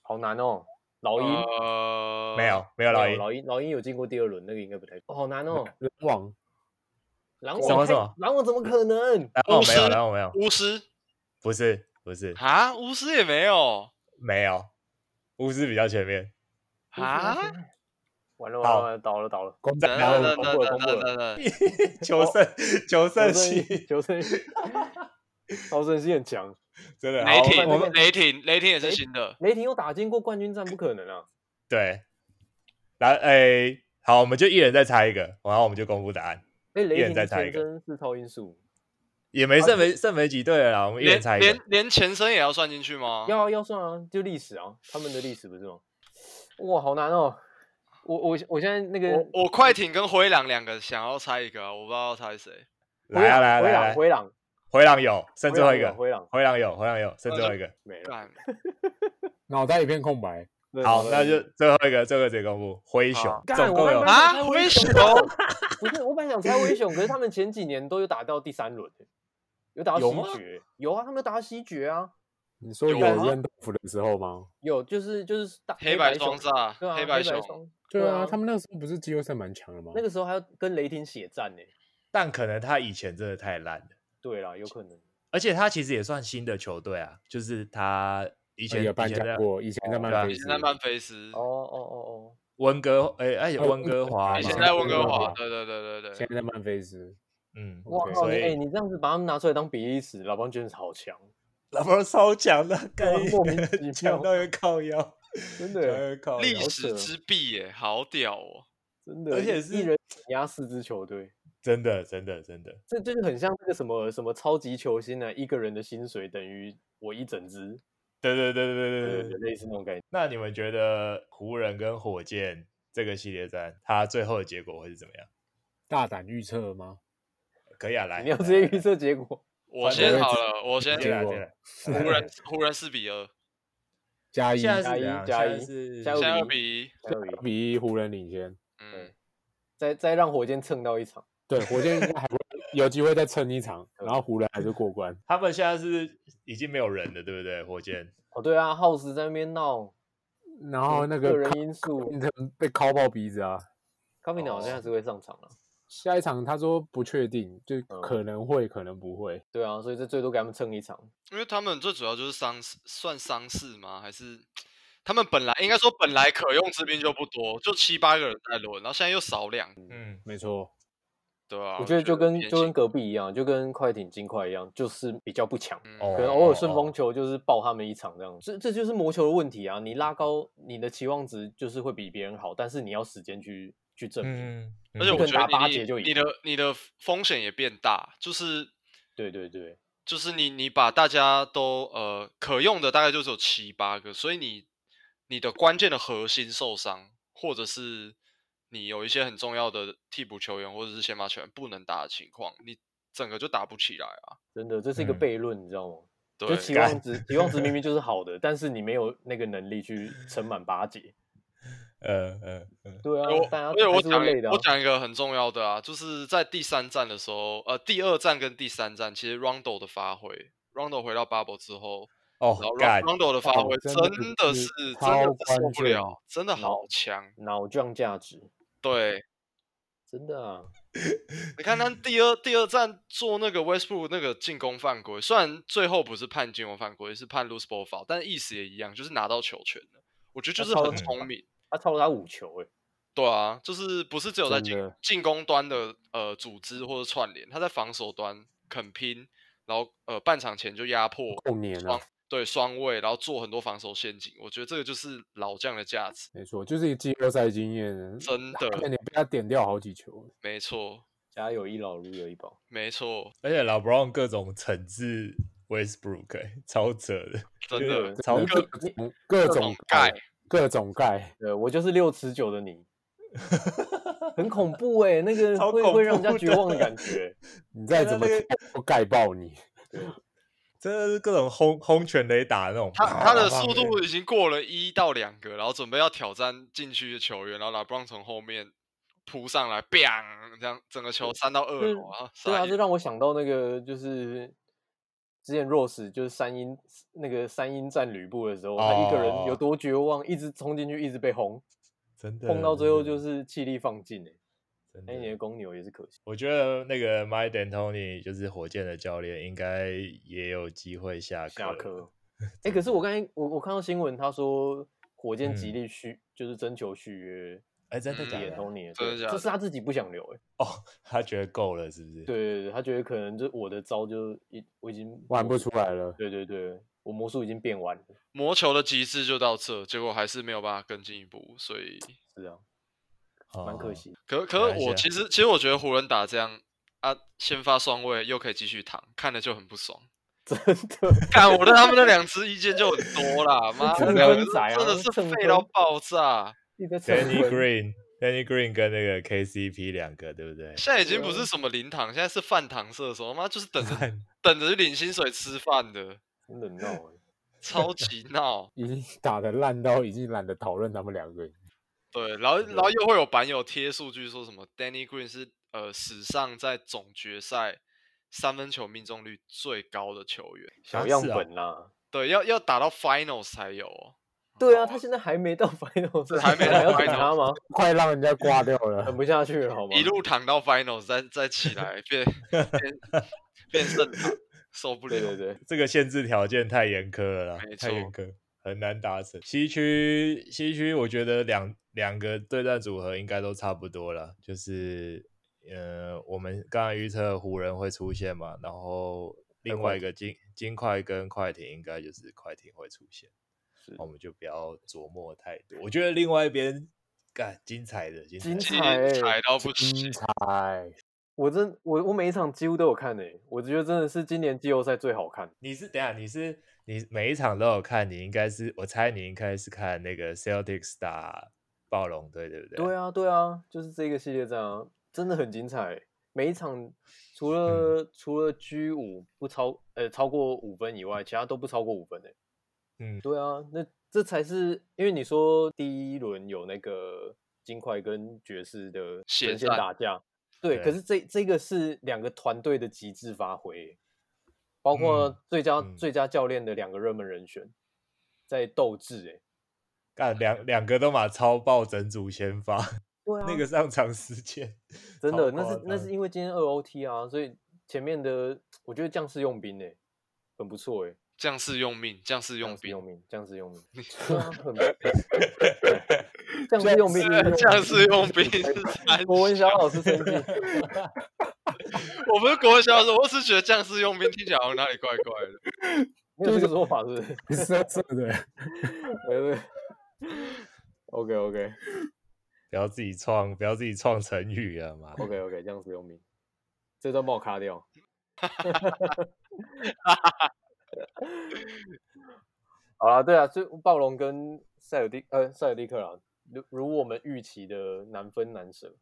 Speaker 4: 好难哦，老鹰
Speaker 3: 呃，
Speaker 1: 没有没有老
Speaker 4: 没有
Speaker 1: 鹰，嗯
Speaker 4: 老鹰老鹰有进过第二轮，那个应该不太哦，好难哦，
Speaker 2: 篮网
Speaker 4: 篮
Speaker 1: 什么
Speaker 4: 网
Speaker 1: 什么
Speaker 4: 太篮网怎么可能？
Speaker 1: 然后
Speaker 3: 巫
Speaker 1: 哦没有，
Speaker 3: 师
Speaker 1: 然后没有，
Speaker 3: 巫师
Speaker 1: 不是不是
Speaker 3: 啊，巫师也没有
Speaker 1: 没有，巫师比较前面。
Speaker 3: 啊，
Speaker 4: 完了
Speaker 1: 好
Speaker 4: 完了倒了倒了，
Speaker 2: 公仔
Speaker 3: 等
Speaker 4: 然后
Speaker 3: 等等
Speaker 4: 呢公布啊了
Speaker 3: 等
Speaker 4: 公布
Speaker 3: 等
Speaker 4: 了
Speaker 3: 等等，
Speaker 1: 求胜求胜
Speaker 4: 求胜欲
Speaker 1: 系，
Speaker 4: 求胜欲，好胜心很强。
Speaker 1: 真的。
Speaker 3: 雷
Speaker 1: 好
Speaker 4: 我
Speaker 1: 啊我们
Speaker 3: 霆
Speaker 4: 们
Speaker 3: 雷霆雷霆也是
Speaker 4: 雷
Speaker 3: 新的，
Speaker 4: 雷霆又打进过冠军战，不可能啊！
Speaker 1: 对，来，哎，好，我们就一人再猜一个，然后我们就公布答案。
Speaker 4: 哎，雷
Speaker 1: 人
Speaker 4: 霆
Speaker 1: 再
Speaker 4: 的
Speaker 1: 猜一
Speaker 4: 前
Speaker 1: 个
Speaker 4: 身是超音速，
Speaker 1: 也没剩没剩没几队了啦，我们一人
Speaker 3: 连
Speaker 1: 猜一个
Speaker 3: 连。连前身也要算进去吗？
Speaker 4: 要要算啊，就历史啊，他们的历史不是吗？哇，好难哦！我我我现在那个
Speaker 3: 我我快艇跟灰狼两个想要猜一个啊，我不知道要猜 谁，
Speaker 1: 来啊
Speaker 4: 灰
Speaker 1: 来啊
Speaker 4: 狼
Speaker 1: 来啊来啊，
Speaker 4: 灰狼
Speaker 1: 回狼有，剩
Speaker 4: 灰
Speaker 1: 最后
Speaker 4: 狼
Speaker 1: 一个，
Speaker 4: 灰狼
Speaker 1: 回狼有，回狼有，剩最后一个。
Speaker 4: 没了。
Speaker 3: 干
Speaker 2: 脑袋一片空白，
Speaker 4: 对
Speaker 1: 好，
Speaker 4: 呃对
Speaker 1: 那就
Speaker 4: 对
Speaker 1: 最后一个，最后一个直接公布。灰熊
Speaker 3: 好
Speaker 1: 总
Speaker 4: 干
Speaker 1: 共
Speaker 4: 我
Speaker 1: 有
Speaker 4: 刚，刚
Speaker 3: 啊，
Speaker 4: 猜
Speaker 3: 灰
Speaker 4: 灰
Speaker 3: 熊
Speaker 4: 熊， 不是我本来想猜灰熊，可是他们前几年都有打到第三轮，欸有打到
Speaker 1: 有吗
Speaker 4: 西决，有啊，他们有打到西决啊，
Speaker 2: 你说
Speaker 3: 有
Speaker 2: 有
Speaker 3: 啊
Speaker 2: 扔豆腐的时候吗？
Speaker 4: 有就是就是大
Speaker 3: 黑白
Speaker 4: 白
Speaker 3: 双
Speaker 4: 熊
Speaker 3: 煞
Speaker 4: 对，啊，
Speaker 3: 黑
Speaker 4: 黑
Speaker 3: 白熊
Speaker 4: 熊，
Speaker 2: 对
Speaker 4: 对
Speaker 2: 啊，
Speaker 4: 啊
Speaker 2: 他们那个时候不是季后赛蛮强的吗？
Speaker 4: 那个时候还要跟雷霆血战呢。
Speaker 1: 但可能他以前真的太烂了，
Speaker 4: 对啦，有可能。
Speaker 1: 而且他其实也算新的球队啊，就是他以
Speaker 2: 呃
Speaker 1: 前
Speaker 2: 有
Speaker 1: 以
Speaker 2: 颁
Speaker 1: 前
Speaker 2: 奖
Speaker 1: 的
Speaker 2: 过，以前在
Speaker 4: 哦
Speaker 2: 曼
Speaker 1: 对啊
Speaker 2: 菲
Speaker 3: 以
Speaker 2: 斯
Speaker 3: 前在曼菲斯
Speaker 4: 哦，哦哦
Speaker 1: 温哥，哎哎温哥华嘛，
Speaker 3: 以前在温哥
Speaker 2: 温哥
Speaker 3: 华，
Speaker 2: 华
Speaker 3: 对对对对
Speaker 2: 现
Speaker 3: 对，
Speaker 2: 在在曼菲斯，
Speaker 1: 嗯，
Speaker 4: 哦，哇
Speaker 2: OK
Speaker 4: 靠！你
Speaker 1: 所以
Speaker 4: 哎，你这样子把他们拿出来当比利时，老帮真的是好强，
Speaker 1: 老婆超强的，
Speaker 4: 对啊
Speaker 1: 干
Speaker 4: 莫名其 妙
Speaker 1: 强到一个靠腰，
Speaker 4: 真
Speaker 1: 强到
Speaker 4: 的
Speaker 1: 一个靠
Speaker 3: 历
Speaker 1: 腰，
Speaker 3: 史之臂耶，好屌哦，
Speaker 4: 真的，
Speaker 1: 而且
Speaker 4: 一
Speaker 1: 是
Speaker 4: 一人压四支球队，
Speaker 1: 真的真的真的，
Speaker 4: 这这就很像那个什么什么超级球星啊，一个人的薪水等于我一整支，
Speaker 1: 对对对对对
Speaker 4: 对
Speaker 1: 对
Speaker 4: 对，
Speaker 1: 对。
Speaker 4: 类似那种概念。
Speaker 1: 那你们觉得湖人跟火箭这个系列战，它最后的结果会是怎么样？
Speaker 2: 大胆预测吗？
Speaker 1: 可以啊，来，
Speaker 4: 你要
Speaker 1: 来
Speaker 4: 直接
Speaker 1: 来
Speaker 4: 预测结果，
Speaker 3: 我
Speaker 1: 反
Speaker 3: 先
Speaker 2: 正
Speaker 3: 好
Speaker 2: 只
Speaker 3: 了，我先
Speaker 1: 接来
Speaker 2: 结果
Speaker 1: 接来，
Speaker 3: 湖
Speaker 1: 来
Speaker 3: 人湖人四比二，
Speaker 2: 加 一
Speaker 1: 现在
Speaker 4: 加
Speaker 1: 是
Speaker 4: 一
Speaker 1: 怎样
Speaker 4: 加
Speaker 1: 现在
Speaker 4: 一
Speaker 1: 是
Speaker 4: 加
Speaker 3: 现
Speaker 4: 五
Speaker 3: 在二
Speaker 4: 比
Speaker 3: 比一，
Speaker 4: 加油赢
Speaker 2: 比一湖人领先，
Speaker 3: 嗯，
Speaker 4: 再再让火箭蹭到一场，
Speaker 2: 对，火箭应该还会有机会再撑一场，然后湖人还是过关。
Speaker 1: 他们现在是已经没有人了，对不对？火箭
Speaker 4: 哦对啊，耗时在那边闹，
Speaker 2: 然后那
Speaker 4: 嗯个
Speaker 2: 个
Speaker 4: 人
Speaker 2: 靠
Speaker 4: 因素，
Speaker 2: 变成被敲爆鼻子啊！
Speaker 4: 康明鸟好像还是会上场啊了，
Speaker 2: 下一场他说不确定，就
Speaker 4: 嗯
Speaker 2: 可能会，可能不会。
Speaker 4: 对啊，所以这最多给他们蹭一场，
Speaker 3: 因为他们最主要就是伤势，算伤势吗？还是他们本来应该说本来可用之兵就不多，就七八个人在轮，然后现在又少两个，
Speaker 1: 嗯，
Speaker 2: 没错，
Speaker 3: 对啊，
Speaker 4: 我觉得就跟
Speaker 3: 偏
Speaker 4: 就跟
Speaker 3: 心
Speaker 4: 隔壁一样，就跟快艇金块一样，就是比较不强，
Speaker 3: 嗯
Speaker 1: 哦
Speaker 4: 可能偶尔顺
Speaker 1: 哦
Speaker 4: 风球就是爆他们一场这样。这这就是魔球的问题啊！你拉高你的期望值，就是会比别人好，但是你要时间去去证明。
Speaker 1: 嗯，
Speaker 3: 而且
Speaker 4: 你
Speaker 3: 我
Speaker 4: 可
Speaker 3: 觉
Speaker 4: 能打
Speaker 3: 得
Speaker 4: 八
Speaker 3: 你
Speaker 4: 节就
Speaker 3: 你
Speaker 4: 赢
Speaker 3: 的你的风险也变大，就是
Speaker 4: 对对对，
Speaker 3: 就是你你把大家都呃可用的大概就只有七八个，所以你你的关键的核心受伤，或者是你有一些很重要的替补球员或者是先发球员不能打的情况，你整个就打不起来啊。
Speaker 4: 真的这是一个
Speaker 1: 嗯
Speaker 4: 悖论，你知道吗？就
Speaker 3: 对，
Speaker 4: 期
Speaker 1: 干
Speaker 4: 望值，期望值明明就是好的，但是你没有那个能力去撑满八节。
Speaker 1: 呃呃呃，
Speaker 4: 对啊
Speaker 3: 我，
Speaker 4: 大家
Speaker 3: 对我
Speaker 4: 还是
Speaker 3: 讲一
Speaker 4: 会累的啊、
Speaker 3: 我讲一个很重要的啊，就是在第三站的时候，呃，第二站跟第三站，其实 Rondo 的发挥，Rondo 回到 Bubble 之后，
Speaker 1: 哦
Speaker 3: 然后，
Speaker 1: 干
Speaker 3: Rondo 的发
Speaker 2: 哦
Speaker 3: 挥
Speaker 2: 真的
Speaker 3: 真的
Speaker 2: 是
Speaker 3: 是真
Speaker 2: 超
Speaker 3: 的是受
Speaker 2: 关
Speaker 3: 不
Speaker 2: 键
Speaker 4: 啊
Speaker 3: 了，真的好
Speaker 4: 脑
Speaker 3: 强。
Speaker 4: 脑降价值，
Speaker 3: 对，
Speaker 4: 真的啊，
Speaker 3: 你看他
Speaker 4: 嗯
Speaker 3: 第二第二站做那个 Westbrook 那个进攻犯规，虽然最后不是判进攻犯规，是判 loose ball foul，但意思也一样，就是拿到球权了。我觉得就
Speaker 4: 他
Speaker 3: 是
Speaker 4: 超
Speaker 3: 很
Speaker 1: 级
Speaker 3: 聪明，
Speaker 4: 他超了他五球哎、
Speaker 3: 对啊，就是不是只有在
Speaker 4: 真
Speaker 3: 进
Speaker 4: 的
Speaker 3: 进攻端的呃组织或者串联，他在防守端肯拼，然后呃半场前就压迫
Speaker 2: 后年
Speaker 3: 双
Speaker 2: 啊，
Speaker 3: 对双位，然后做很多防守陷阱。我觉得这个就是老将的价值，
Speaker 2: 没错，就是一个季后赛经验，
Speaker 3: 真的
Speaker 2: 那你被他点掉好几球，
Speaker 3: 没错，
Speaker 4: 家有一老，如有一宝，
Speaker 3: 没错，
Speaker 1: 而且老 Brown 各种惩治 Westbrook，、欸、超扯的，
Speaker 3: 真的
Speaker 1: 超
Speaker 2: 各
Speaker 1: 各
Speaker 2: 种各种
Speaker 3: 种盖，
Speaker 2: 各种盖，
Speaker 4: 对我就是六尺九的你，很恐怖哎、那个
Speaker 1: 超
Speaker 4: 会
Speaker 1: 恐
Speaker 4: 会让人家
Speaker 1: 怖
Speaker 4: 绝
Speaker 1: 的
Speaker 4: 望的感觉。
Speaker 2: 你再怎么
Speaker 1: 那个
Speaker 2: 盖都盖爆你，
Speaker 1: 真的是各种轰轰全垒打那种。
Speaker 3: 他他的速度已经过了一到两个，然后准备要挑战禁区的球员，然后拉布朗从后面扑上来，bang，这样整个球三到二
Speaker 4: 嗯
Speaker 3: 楼啊，
Speaker 4: 对啊，
Speaker 3: 傻
Speaker 4: 这
Speaker 3: 眼
Speaker 4: 让我想到那个就是之前 Rose 就是三英那个三英战吕布的时候，他一个人有
Speaker 1: 哦
Speaker 4: 多绝望，一直冲进去，一直被轰，
Speaker 1: 真的
Speaker 4: 轰到最后就是气力放尽哎、
Speaker 1: 真
Speaker 4: 那一年
Speaker 1: 的
Speaker 4: 的。公牛也是可惜。
Speaker 1: 我觉得那个 Mike D'Antoni 就是火箭的教练，应该也有机会下课。
Speaker 4: 下课。哎、可是我刚才我我看到新闻，他说火箭极
Speaker 1: 嗯
Speaker 4: 力续、就是征求续约
Speaker 1: 哎、真
Speaker 3: 嗯
Speaker 1: 的假
Speaker 4: 也
Speaker 1: 的？
Speaker 4: 托尼，
Speaker 3: 真的
Speaker 4: 对
Speaker 3: 假
Speaker 4: 这
Speaker 3: 的
Speaker 4: 是他自己不想留、欸。
Speaker 1: 哦，他觉得够了，是不是？
Speaker 4: 对，对对，他觉得可能就我的招就已我已经
Speaker 2: 玩
Speaker 4: 魔
Speaker 2: 不
Speaker 4: 术
Speaker 2: 出。来了。
Speaker 4: 对对对，我魔术已经变完了。
Speaker 3: 魔球的极致就到这，结果还是没有办法更进一步，所以
Speaker 4: 是啊，
Speaker 1: 哦
Speaker 4: 蛮可。 惜。
Speaker 3: 可可
Speaker 1: 没关
Speaker 3: 是
Speaker 1: 系
Speaker 3: 我
Speaker 1: 啊
Speaker 3: 其实其实我觉得湖人打这样啊，先发双位又可以继续躺，看了就很不爽。真的，看我对他们那两只意见就很多 啦，妈
Speaker 4: 只
Speaker 3: 的，
Speaker 4: 能
Speaker 3: 两个
Speaker 4: 分仔啊
Speaker 3: 真的是
Speaker 4: 蹭
Speaker 3: 废
Speaker 4: 分
Speaker 3: 到爆炸。
Speaker 4: 一直在蹭
Speaker 1: Danny
Speaker 4: 分
Speaker 1: Green、Danny Green 跟那个 KCP 两个，对不对？
Speaker 3: 现在已经不
Speaker 4: 对啊
Speaker 3: 是什么零躺，现在是饭堂射手，妈就是 等着
Speaker 1: 饭
Speaker 3: 等着去领薪水吃饭的，
Speaker 4: 真的很闹欸、
Speaker 3: 超级 闹。
Speaker 2: 已经打的烂到已经懒得讨论他们两个人，
Speaker 3: 对，然后然后又会有版友贴数据说什么 Danny Green 是呃史上在总决赛三分球命中率最高的球员，
Speaker 1: 啊
Speaker 4: 小样
Speaker 1: 是啊
Speaker 4: 本啦、
Speaker 3: 对，要要打到 Finals 才有、哦。
Speaker 4: 对啊，他现在还 没到 final，所以
Speaker 3: 还没
Speaker 4: 还
Speaker 3: 到
Speaker 4: 要等
Speaker 3: final
Speaker 4: 他吗？
Speaker 2: 快让人家挂掉了
Speaker 4: 等。不下去了，好吗？
Speaker 3: 一路躺到 finals，再再起 来变变变圣堂，受不了。
Speaker 4: 对对对，
Speaker 1: 这个限制条件太严苛了啦
Speaker 3: 没，
Speaker 1: 太
Speaker 3: 错
Speaker 1: 严苛，很难达成。西区西区，我觉得两两个对战组合应该都差不多了，就是呃，我们刚刚预测湖人会出现嘛，然后另外一个金金块跟快艇应该就是快艇会出现，
Speaker 4: 是
Speaker 1: 那我们就不要琢磨太多。我觉得另外一边干精彩的，精彩
Speaker 4: 精
Speaker 1: 的
Speaker 3: 精
Speaker 4: 彩欸
Speaker 3: 彩到不行
Speaker 2: 精，彩，
Speaker 4: 我真我我每一场几乎都有看诶、欸我觉得真的是今年季后赛最好看。
Speaker 1: 你是等一下你是你每一场都有看，你应该是我猜你应该是看那个 Celtics 打暴龙队，对不对？
Speaker 4: 对
Speaker 1: 啊，
Speaker 4: 啊，对啊，就是这个系列战啊，真的很精彩、欸每一场除了、除了 G 五不超呃超过五分以外，其他都不超过五分诶、欸
Speaker 1: 嗯
Speaker 4: 对啊，那这才是因为你说第一轮有那个金块跟爵士的
Speaker 3: 血
Speaker 4: 神仙
Speaker 3: 战
Speaker 4: 打架，对，
Speaker 1: 对
Speaker 4: 可是这这个是两个团队的极致发挥，欸包括
Speaker 1: 嗯
Speaker 4: 最佳、
Speaker 1: 嗯
Speaker 4: 最佳教练的两个热门人选在斗智、欸，
Speaker 1: 干两两个都马超爆整组先发，
Speaker 4: 对啊，
Speaker 1: 那个上场时间
Speaker 4: 真的，那
Speaker 1: 超
Speaker 4: 是
Speaker 1: 夸
Speaker 4: 那
Speaker 1: 张
Speaker 4: 是因为今天二 OT 啊，所以前面的我觉得将士用兵呢、很不错哎、
Speaker 3: 将士用命，将士
Speaker 4: 将
Speaker 3: 用
Speaker 4: 士
Speaker 3: 兵
Speaker 4: 用，兵，将士用兵，对啊很 将士用兵，啊
Speaker 3: 将士用 兵是三
Speaker 4: 哎国文小
Speaker 3: 小
Speaker 4: 老师生气，
Speaker 3: 我不是国文小老师，我只是觉得将士用兵听起来好像哪里怪怪的。
Speaker 4: 没有这个说法是不 是？
Speaker 2: 色色的，
Speaker 4: 没有没有。OK OK
Speaker 1: 不要自己创，不要自己创成语了嘛。
Speaker 4: OK OK，将士用兵，这段帮我卡掉。 好啦，对啊，所以暴龙跟塞尔蒂呃塞尔蒂克啊，如如我们预期的难分难舍。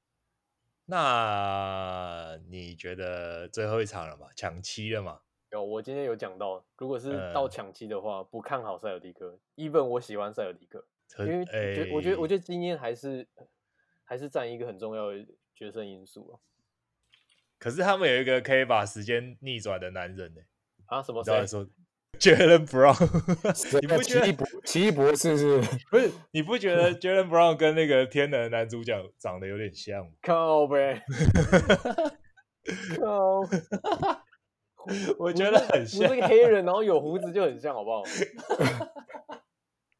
Speaker 1: 那你觉得最后一场了嘛？抢七了嘛？
Speaker 4: 有，我今天有讲到，如果是到
Speaker 1: 呃
Speaker 4: 抢七的话，不看好塞尔蒂克。even 我喜欢塞尔蒂克，
Speaker 1: 因
Speaker 4: 因为觉我觉得我
Speaker 1: 觉
Speaker 4: 觉得经验还是还是占一个很重要的决胜因素啊。
Speaker 1: 可是他们有一个可以把时间逆转的男人呢、
Speaker 4: 啊，什么
Speaker 1: 我知道
Speaker 4: 谁
Speaker 1: 你？说 Jalen Brown，你不觉
Speaker 2: 啊奇异
Speaker 1: 得
Speaker 2: 博奇异博士是
Speaker 1: 不是？你不觉得 Jalen Brown 跟那个天能男主角长得有点像吗？
Speaker 4: 靠呗，靠！
Speaker 1: 我觉得很
Speaker 4: 不
Speaker 1: 像
Speaker 4: 是。个黑人，然后有胡子就很像，好不 好？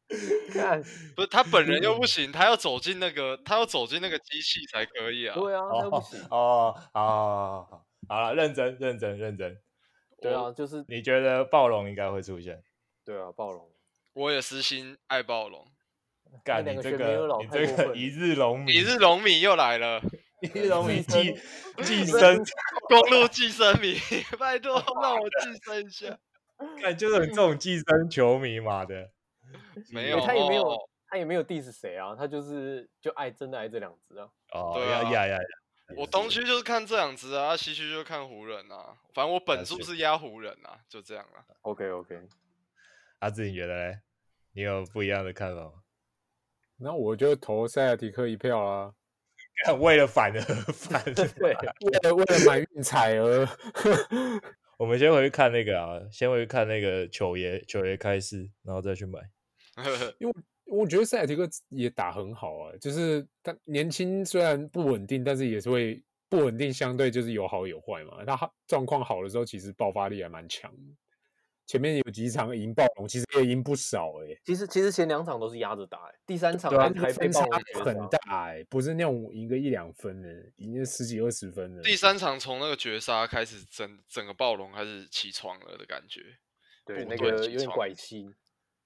Speaker 4: 看，
Speaker 3: 不是他本人又不行，他要走进那个，他要走进那个机器才可以啊。
Speaker 4: 对啊，那不
Speaker 1: 哦
Speaker 4: 行。
Speaker 1: 哦，好好好好好了，认真认真认真。
Speaker 4: 对啊，就是
Speaker 1: 你觉得暴龙应该会出现？
Speaker 4: 对啊，暴龙
Speaker 3: 我也私心爱暴龙，
Speaker 1: 干
Speaker 4: 那
Speaker 1: 你
Speaker 4: 两个
Speaker 1: 这
Speaker 4: 学没有
Speaker 1: 个
Speaker 4: 老
Speaker 1: 你
Speaker 4: 太
Speaker 1: 这
Speaker 4: 过
Speaker 1: 个
Speaker 4: 分
Speaker 1: 一日龙迷，
Speaker 3: 一日龙迷又来了，
Speaker 1: 一日龙迷寄 寄
Speaker 4: 寄
Speaker 1: 生，
Speaker 3: 公路寄生迷， 拜 托让我寄生一下。
Speaker 1: 看就是有这种寄生球迷嘛的，
Speaker 3: 没
Speaker 4: 欸
Speaker 3: 有，
Speaker 4: 他也没有
Speaker 3: 哦
Speaker 4: 他也没有 diss 谁啊，他就是就爱真的爱这两只啊。
Speaker 1: 哦，
Speaker 3: 对
Speaker 1: 呀
Speaker 3: 啊
Speaker 1: 呀呀！呀
Speaker 3: 我东区就是看这两只啊，西区就看湖人啊，反正我本数
Speaker 1: 是
Speaker 3: 是压湖人啊，就这样啦。
Speaker 4: OK OK，
Speaker 1: 阿志，你觉得嘞？你有不一样的看法吗？
Speaker 2: 那我就投塞尔提克一票啊啦。
Speaker 1: 干为了反而 反，
Speaker 4: 对，啊
Speaker 2: 为了为了买运彩而，
Speaker 1: 我们先回去看那个啊，先回去看那个球爷球爷开市，然后再去买。
Speaker 2: 我觉得塞尔提克也打很好啊，就是他年轻虽然不稳定，但是也是会不稳定，相对就是有好有坏嘛。他好状况好的时候，其实爆发力还蛮强的。前面有几场赢暴龙，其实也赢不少哎、
Speaker 4: 其实其实前两场都是压着打、欸，第三场
Speaker 1: 对啊
Speaker 4: 还还被
Speaker 2: 分
Speaker 4: 暴
Speaker 2: 差
Speaker 4: 龙绝
Speaker 2: 很
Speaker 4: 杀
Speaker 2: 大哎、不是那种赢个一两分的、赢个十几二十分的。
Speaker 3: 第三场从那个绝杀开始，整整个暴龙开始起床了的感觉，
Speaker 4: 对，
Speaker 3: 部
Speaker 4: 那
Speaker 3: 队
Speaker 4: 个
Speaker 3: 起
Speaker 4: 有点
Speaker 3: 床
Speaker 4: 拐气，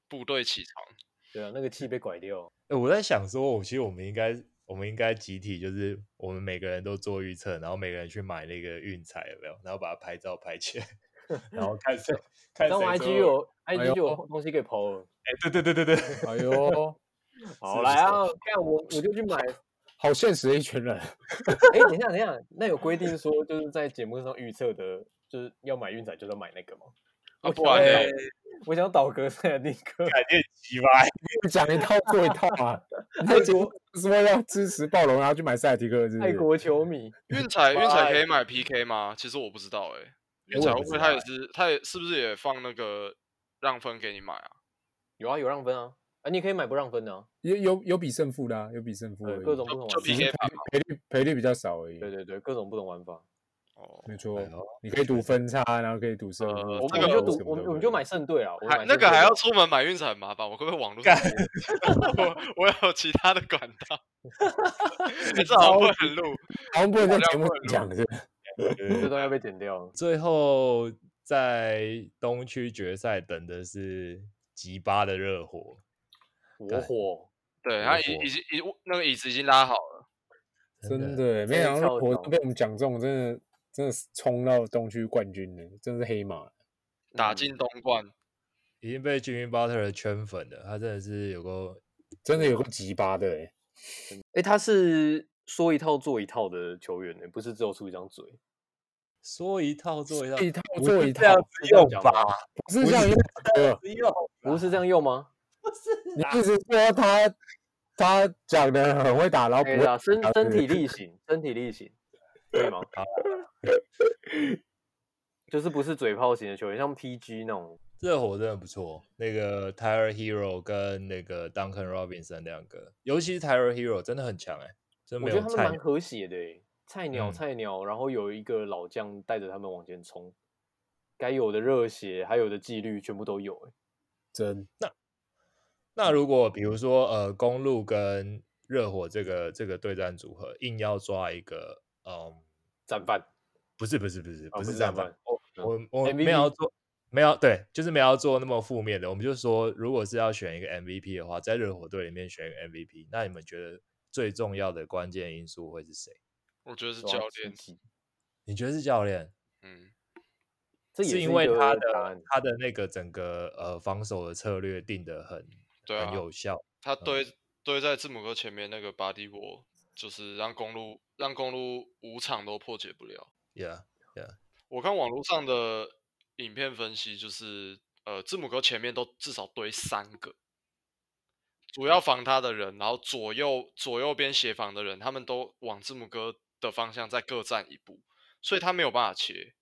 Speaker 3: 部队起床。
Speaker 4: 对啊，那个气被拐掉。
Speaker 1: 哎、我在想说，我其实我们应该，我们应该集体就是我们每个人都做预测，然后每个人去买那个运彩，有没有？然后把它拍照拍起来， 然后看谁看
Speaker 4: 然
Speaker 1: 谁
Speaker 4: 后
Speaker 1: 说
Speaker 4: IG 有
Speaker 2: 哎
Speaker 4: IG 就
Speaker 2: 呦
Speaker 4: 有东西给抛了，
Speaker 1: 哎，对对对对对，
Speaker 2: 哎呦，
Speaker 4: 好
Speaker 1: 不
Speaker 4: 来啊
Speaker 1: 错，
Speaker 4: 看我我就去买。
Speaker 2: 好现实的一群 人。
Speaker 4: 哎，等一下等一下，那有规定说就是在节目上预测的，就是要买运彩就是要买那个吗？
Speaker 3: 啊，
Speaker 4: 我
Speaker 3: 不
Speaker 4: 想
Speaker 3: 然
Speaker 4: 要
Speaker 3: 呢
Speaker 1: 嘞？
Speaker 4: 我想要倒戈塞尔蒂克，
Speaker 1: 感觉鸡巴。
Speaker 2: 讲一套做一套啊！
Speaker 4: 爱
Speaker 2: 那结果是为了支持暴龙，然后去买塞尔提克，是不
Speaker 4: 爱
Speaker 2: 是？
Speaker 4: 国球迷。
Speaker 3: 运彩运彩可以
Speaker 4: 哎
Speaker 3: 买 PK 吗？其实我不知道哎、运
Speaker 1: 我也
Speaker 3: 彩
Speaker 1: 不
Speaker 3: 会不
Speaker 1: 知
Speaker 3: 会他
Speaker 1: 道
Speaker 3: 也
Speaker 1: 哎
Speaker 3: 是他也是不是也放那个让分给你买啊？
Speaker 4: 有啊，有让分啊，啊，你可以买不让分的、啊，
Speaker 2: 有有有比胜负的、啊，有比胜负
Speaker 4: 对
Speaker 2: 而已
Speaker 4: 各种不
Speaker 3: 就
Speaker 4: 同
Speaker 3: 就
Speaker 4: 玩法
Speaker 2: 只是
Speaker 3: PK 吧。
Speaker 2: 赔率赔率比较少而已。
Speaker 4: 对对对，各种不同玩法。
Speaker 3: 哦，
Speaker 2: 没错
Speaker 1: 哎呦，
Speaker 2: 你可以赌分差，然后可以赌胜负。
Speaker 3: 呃
Speaker 4: 我
Speaker 3: 这
Speaker 4: 们我们
Speaker 3: 个
Speaker 4: 就赌，我们我们就买胜队啊，我们
Speaker 3: 还
Speaker 4: 买
Speaker 3: 那
Speaker 4: 胜
Speaker 3: 个
Speaker 4: 队
Speaker 3: 还要出门买运彩很麻烦，我可不可以网络上买？我我有 其他的管 道，你这好不能录。
Speaker 2: 好像不能在节目上讲是不是
Speaker 4: 这都要被剪掉了。
Speaker 1: 最后在东区决赛等的是吉巴的热火，
Speaker 4: 我火，
Speaker 3: 对
Speaker 1: 我
Speaker 3: 他已
Speaker 1: 火
Speaker 3: 已经已那个椅子已经拉好了，
Speaker 2: 真的，没想到我被我们讲中，真的真的是冲到东区冠军了，真是黑马。
Speaker 3: 打
Speaker 4: 嗯
Speaker 3: 进东冠。
Speaker 1: 已经被 Jimmy Butler 圈粉了，他真的是有个
Speaker 2: 真的有个吉巴的欸，
Speaker 4: 哎、他是说一套做一套的球员呢、欸不是只有出一张嘴。
Speaker 1: 说一套做一套，
Speaker 2: 一套
Speaker 1: 啊不
Speaker 2: 做
Speaker 1: 是
Speaker 2: 一
Speaker 1: 这样
Speaker 2: 套
Speaker 1: 子
Speaker 4: 是这样
Speaker 1: 用
Speaker 4: 讲
Speaker 1: 吧
Speaker 4: 吗？
Speaker 2: 不是这样用的。
Speaker 1: 不用
Speaker 4: 不是这样用吗？
Speaker 2: 你一直说他他讲的很会打，然后不
Speaker 4: 哎
Speaker 2: 会
Speaker 4: 呀，身
Speaker 2: 打
Speaker 4: 身
Speaker 2: 对
Speaker 4: 体力行，身体力行，可以吗？就是不是嘴炮型的球员，像 PG 那种，
Speaker 1: 热火真的不错，那个 Tyler Hero 跟那个 Duncan Robinson 两个，尤其是 Tyler Hero 真的很强哎、真
Speaker 4: 我
Speaker 1: 没
Speaker 4: 觉得
Speaker 1: 有
Speaker 4: 他们
Speaker 1: 菜
Speaker 4: 蛮和谐的、欸。菜鸟，
Speaker 1: 嗯
Speaker 4: 菜鸟，然后有一个老将带着他们往前冲，该有的热血，还有的纪律，全部都有、欸。
Speaker 2: 真
Speaker 1: 那如果比如说呃，公路跟热火这个这个对战组合，硬要抓一个，嗯，
Speaker 4: 战犯，
Speaker 1: 不是不是不是
Speaker 4: 啊
Speaker 1: 不
Speaker 4: 不
Speaker 1: 是
Speaker 4: 是
Speaker 1: 这样
Speaker 4: 战
Speaker 1: 吧
Speaker 4: 犯？嗯
Speaker 1: 我我我没
Speaker 4: MVP
Speaker 1: 有要做，没有对，就是没有要做那么负面的。我们就说，如果是要选一个 MVP 的话，在热火队里面选一个 MVP，那你们觉得最重要的关键因素会是谁？
Speaker 3: 我觉得是
Speaker 4: 哇
Speaker 1: 啊
Speaker 3: 教
Speaker 4: 奇
Speaker 3: 练，
Speaker 4: 迹
Speaker 1: 你觉得是教练？
Speaker 3: 嗯，
Speaker 4: 这也
Speaker 1: 是
Speaker 4: 是
Speaker 1: 因
Speaker 4: 一
Speaker 1: 为
Speaker 4: 个
Speaker 1: 他
Speaker 4: 答
Speaker 1: 的
Speaker 4: 案。
Speaker 1: 他的那个整个呃防守的策略定的很、
Speaker 3: 对啊
Speaker 1: 很，有效，
Speaker 3: 他
Speaker 4: 嗯
Speaker 3: 堆堆在字母哥前面那个 body wall，就是让公路让公路五场都破解不了。
Speaker 1: ，Yeah，
Speaker 3: 我看网络上的影片分析，就是呃，字母哥前面都至少堆三个主要防他的人，然后左右左右边协防的人，他们都往字母哥的方向再各站一步，所以他没有办法切。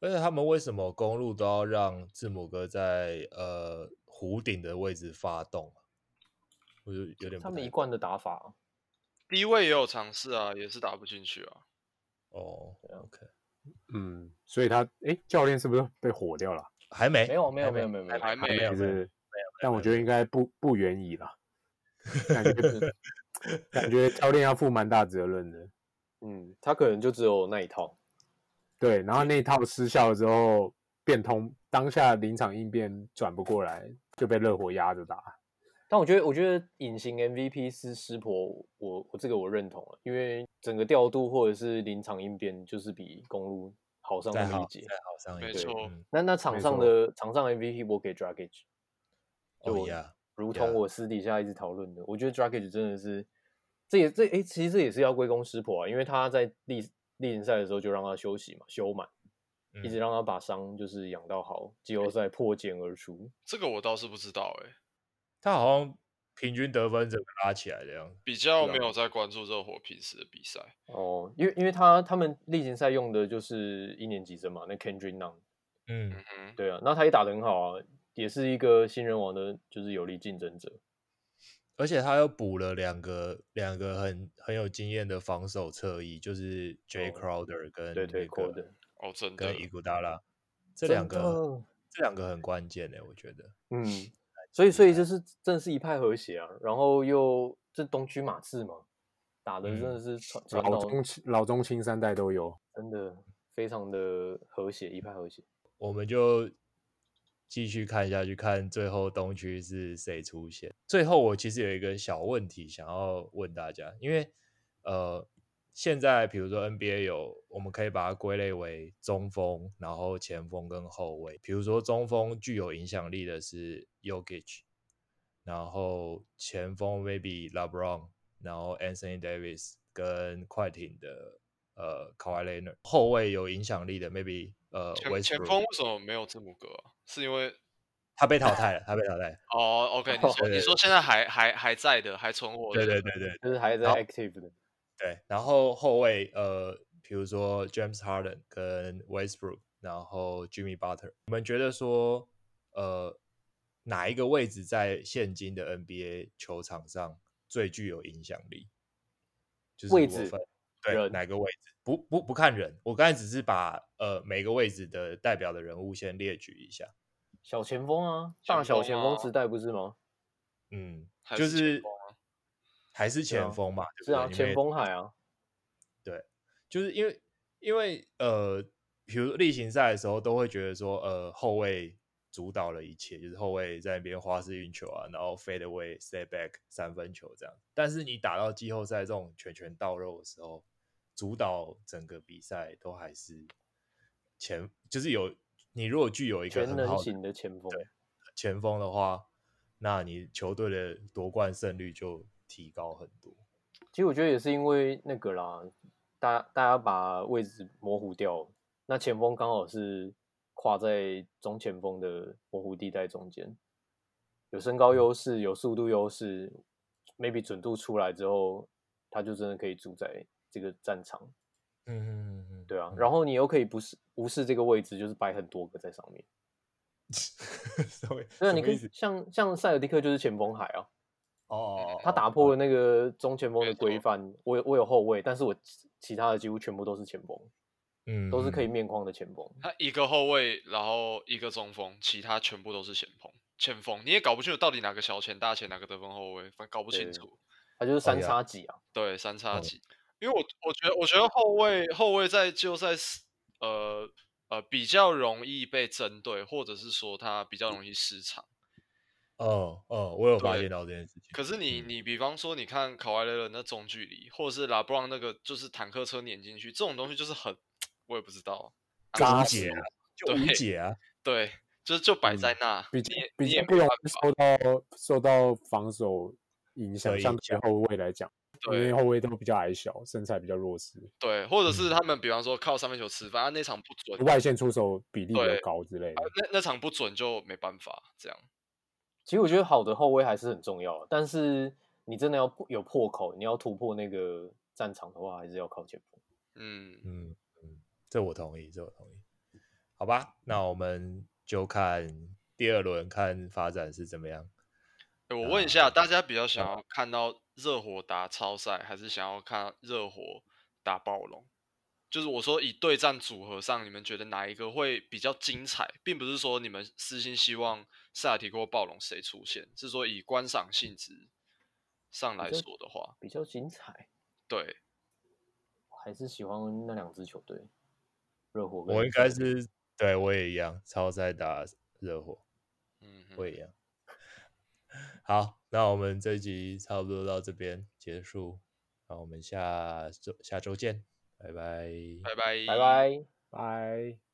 Speaker 1: 而且他们为什么公路都要让字母哥在呃弧顶的位置发动啊？我就有点不
Speaker 4: 他们
Speaker 1: 太
Speaker 4: 一贯的打法，啊
Speaker 3: 低位也有尝试啊，也是打不进去啊。
Speaker 1: 哦，OK，
Speaker 4: 啊
Speaker 2: 嗯，所以他哎、教练是不是被火掉了？
Speaker 1: 还哎没，
Speaker 4: 没有没有
Speaker 1: 还
Speaker 4: 没有没有没有
Speaker 3: 还
Speaker 1: 还没
Speaker 3: 没
Speaker 1: 有，没
Speaker 2: 就
Speaker 1: 有
Speaker 2: 是，但我觉得应该不不远矣啦。感 觉感觉教练要负蛮大责任的。
Speaker 4: 嗯，他可能就只有那一套。
Speaker 2: 对，然后那一套失效了之后，变通，当下临场应变转不过来，就被热火压着打。
Speaker 4: 但我觉得，我觉得隐形 MVP 是湿婆，我我这个我认同啊了，因为整个调度或者是临场应变，就是比公路好上
Speaker 1: 再
Speaker 4: 那么一
Speaker 1: 好
Speaker 4: 截。
Speaker 1: 再好上一
Speaker 3: 没
Speaker 1: 节
Speaker 3: 错
Speaker 1: 嗯
Speaker 4: 那那场
Speaker 2: 没
Speaker 4: 上
Speaker 2: 错
Speaker 4: 的场上 MVP 我给 Dragic，
Speaker 1: 哦
Speaker 4: 我
Speaker 1: 呀，
Speaker 4: 如
Speaker 1: Yeah
Speaker 4: 同我私底下一直讨论的，我觉得 Dragic 真的是，这也这诶，其实这也是要归功湿婆啊，因为他在例例行赛的时候就让他休息嘛，休满，一直
Speaker 1: 嗯
Speaker 4: 让他把伤就是养到好，季后赛破茧而出。
Speaker 3: 这个我倒是不知道哎、
Speaker 1: 他好像平均得分整个拉起来的样子。
Speaker 3: 比较
Speaker 4: 对啊
Speaker 3: 没有在关注热火平时的比赛。
Speaker 4: 哦，因为因为他他们例行赛用的就是一年级生嘛，那 Kendrick Nunn，
Speaker 1: 嗯
Speaker 3: 嗯，哼，
Speaker 4: 对啊，那他也打得很好啊，也是一个新人王的，就是有力竞争者。
Speaker 1: 而且他又补了两个两个很很有经验的防守侧翼，就是 J
Speaker 4: 哦
Speaker 1: Crowder 跟
Speaker 4: 对对
Speaker 1: 那个
Speaker 4: Crowder
Speaker 3: 哦，真的
Speaker 1: 跟，伊古达拉，这
Speaker 4: 真
Speaker 1: 两个
Speaker 4: 的哦
Speaker 1: 这两个很关键欸的，我觉得。
Speaker 4: 嗯，所以所以
Speaker 1: 害
Speaker 4: 就是真的是一派和谐啊，然后又这东区马刺嘛，打的真的
Speaker 1: 嗯
Speaker 4: 是传传
Speaker 2: 老
Speaker 4: 到
Speaker 2: 中青老中青三代都有，
Speaker 4: 真的非常的和谐，一派和谐。
Speaker 1: 我们就继续看下去，看最后东区是谁出现。最后，我其实有一个小问题想要问大家，因为呃，现在比如说 NBA 有，我们可以把它归类为中锋，然后前锋跟后卫。比如说中锋具有影响力的是 Yokich，然后前锋 maybe LeBron，然后 Anthony Davis 跟快艇的。呃 k a w h i l e n a r 后卫有影响力的，maybe 呃
Speaker 3: 前
Speaker 1: Westbrook
Speaker 3: 前锋为什么没有字母哥啊、是因为
Speaker 1: 他被淘汰了，他被淘汰了。
Speaker 3: 哦，OK，你说你说现在还还还在的，还存活的，
Speaker 1: 对对对对
Speaker 4: 就是还在 active 的，
Speaker 1: 对。然后后卫呃，比如说 James Harden 跟 Westbrook，然后 Jimmy Butler，你们觉得说呃哪一个位置在现今的 NBA 球场上最具有影响力？就是
Speaker 4: 位
Speaker 1: 如果
Speaker 4: 置
Speaker 1: 分对
Speaker 4: 人
Speaker 1: 哪个位置？不不不看人，我刚才只是把呃每个位置的代表的人物先列举一下。
Speaker 4: 小前锋啊，
Speaker 3: 前
Speaker 4: 大
Speaker 3: 锋
Speaker 4: 小前锋
Speaker 3: 啊
Speaker 4: 时代不是吗？
Speaker 1: 嗯
Speaker 3: 还，
Speaker 1: 就是
Speaker 3: 前
Speaker 1: 是
Speaker 3: 锋啊
Speaker 1: 还是
Speaker 4: 啊
Speaker 1: 前锋嘛，对不
Speaker 4: 是
Speaker 1: 对
Speaker 4: 啊，
Speaker 1: 你们
Speaker 4: 前
Speaker 1: 也
Speaker 4: 锋海啊，
Speaker 1: 就是因为因为呃，比如说例行赛的时候，都会觉得说，呃，后卫主导了一切，就是后卫在那边花式运球啊，然后 fade away、step back 三分球这样。但是你打到季后赛这种拳拳到肉的时候，主导整个比赛都还是前，就是有你如果具有一个
Speaker 4: 全
Speaker 1: 很
Speaker 4: 能
Speaker 1: 好的
Speaker 4: 型的前锋，
Speaker 1: 前锋的话，那你球队的夺冠胜率就提高很多。
Speaker 4: 其实我觉得也是因为那个啦，大大家把位置模糊掉了，那前锋刚好是跨在中前锋的模糊地带中间，有
Speaker 1: 嗯
Speaker 4: 身高优势，有速度优势，maybe 准度出来之后，他就真的可以主宰这个战场，
Speaker 1: 嗯嗯嗯，
Speaker 4: 对啊，然后你又可以不是无视这个位置，就是摆很多个在上面，
Speaker 1: 所以
Speaker 4: 对
Speaker 1: 什
Speaker 4: 啊，你
Speaker 1: 么
Speaker 4: 可
Speaker 1: 意
Speaker 4: 以
Speaker 1: 思
Speaker 4: 像像塞尔蒂克就是前锋海啊，
Speaker 1: 哦，
Speaker 4: 他打破了那个中前锋的
Speaker 3: 没错
Speaker 4: 规范，我有我有后卫，但是我其其他的几乎全部都是前锋，
Speaker 1: 嗯
Speaker 4: 都是可以面框的前锋。
Speaker 3: 他一个后卫，然后一个中锋，其他全部都是前锋。前锋你也搞不清楚到底哪个小前、大前、哪个得分后卫，反正搞不清
Speaker 4: 对
Speaker 3: 楚。
Speaker 4: 他就是三
Speaker 1: 哦呀
Speaker 4: 叉戟啊，
Speaker 3: 对，三叉
Speaker 1: 嗯
Speaker 3: 戟。因为我我觉得我觉得后卫后卫在季后赛是呃呃比较容易被针对，或者是说他比
Speaker 1: 嗯
Speaker 3: 较容易失常。
Speaker 1: 哦哦，我有发
Speaker 3: 对
Speaker 1: 现到这件事情。
Speaker 3: 可是你
Speaker 1: 嗯
Speaker 3: 你比方说你看考莱勒的那中距离，或者是拉布朗那个就是坦克车碾进去，这种东西就是很我也不知道，
Speaker 2: 扎
Speaker 1: 无
Speaker 2: 实
Speaker 1: 解啊，就无
Speaker 3: 对
Speaker 1: 解啊。
Speaker 3: 对，就是就摆在那，
Speaker 2: 嗯比
Speaker 3: 你
Speaker 2: 较
Speaker 3: 也
Speaker 2: 比
Speaker 3: 你也
Speaker 2: 较
Speaker 3: 没
Speaker 2: 不容
Speaker 3: 办
Speaker 2: 易受到受到防守影响，
Speaker 1: 的
Speaker 2: 相
Speaker 1: 影
Speaker 2: 对后卫来讲，因
Speaker 3: 对
Speaker 2: 为后卫都比较矮小，身材比较弱势，
Speaker 3: 对，或者
Speaker 2: 嗯
Speaker 3: 是他们比方说靠三分球吃饭，啊那场不准，
Speaker 2: 外线出手比例比较
Speaker 3: 对
Speaker 2: 高之类
Speaker 3: 啊
Speaker 2: 的。
Speaker 3: 那那场不准就没办法这样。
Speaker 4: 其实我觉得好的后卫还是很重要，但是你真的要破有破口，你要突破那个战场的话，还是要靠前锋。
Speaker 3: 嗯，
Speaker 1: 嗯嗯，这我同意，这我同意。好吧，那我们就看第二轮看发展是怎么样。
Speaker 3: 诶我问一下，大家比较想要看到热火打超赛，还是想要看热火打暴龙？就是我说以对战组合上，你们觉得哪一个会比较精彩，并不是说你们私心希望塞尔提克或暴龙谁出现，是说以观赏性质上来
Speaker 4: 觉得
Speaker 3: 说的话，
Speaker 4: 比较精彩，
Speaker 3: 对，
Speaker 4: 我还是喜欢那两支球队，热火跟
Speaker 1: 我应该是对我也一样，超赛打热火，
Speaker 3: 嗯哼，
Speaker 1: 我也一样。 好，那我们这一集差不多到这边结束，那我们下周下周见，拜拜
Speaker 3: 拜拜，
Speaker 4: 拜拜。
Speaker 2: 拜。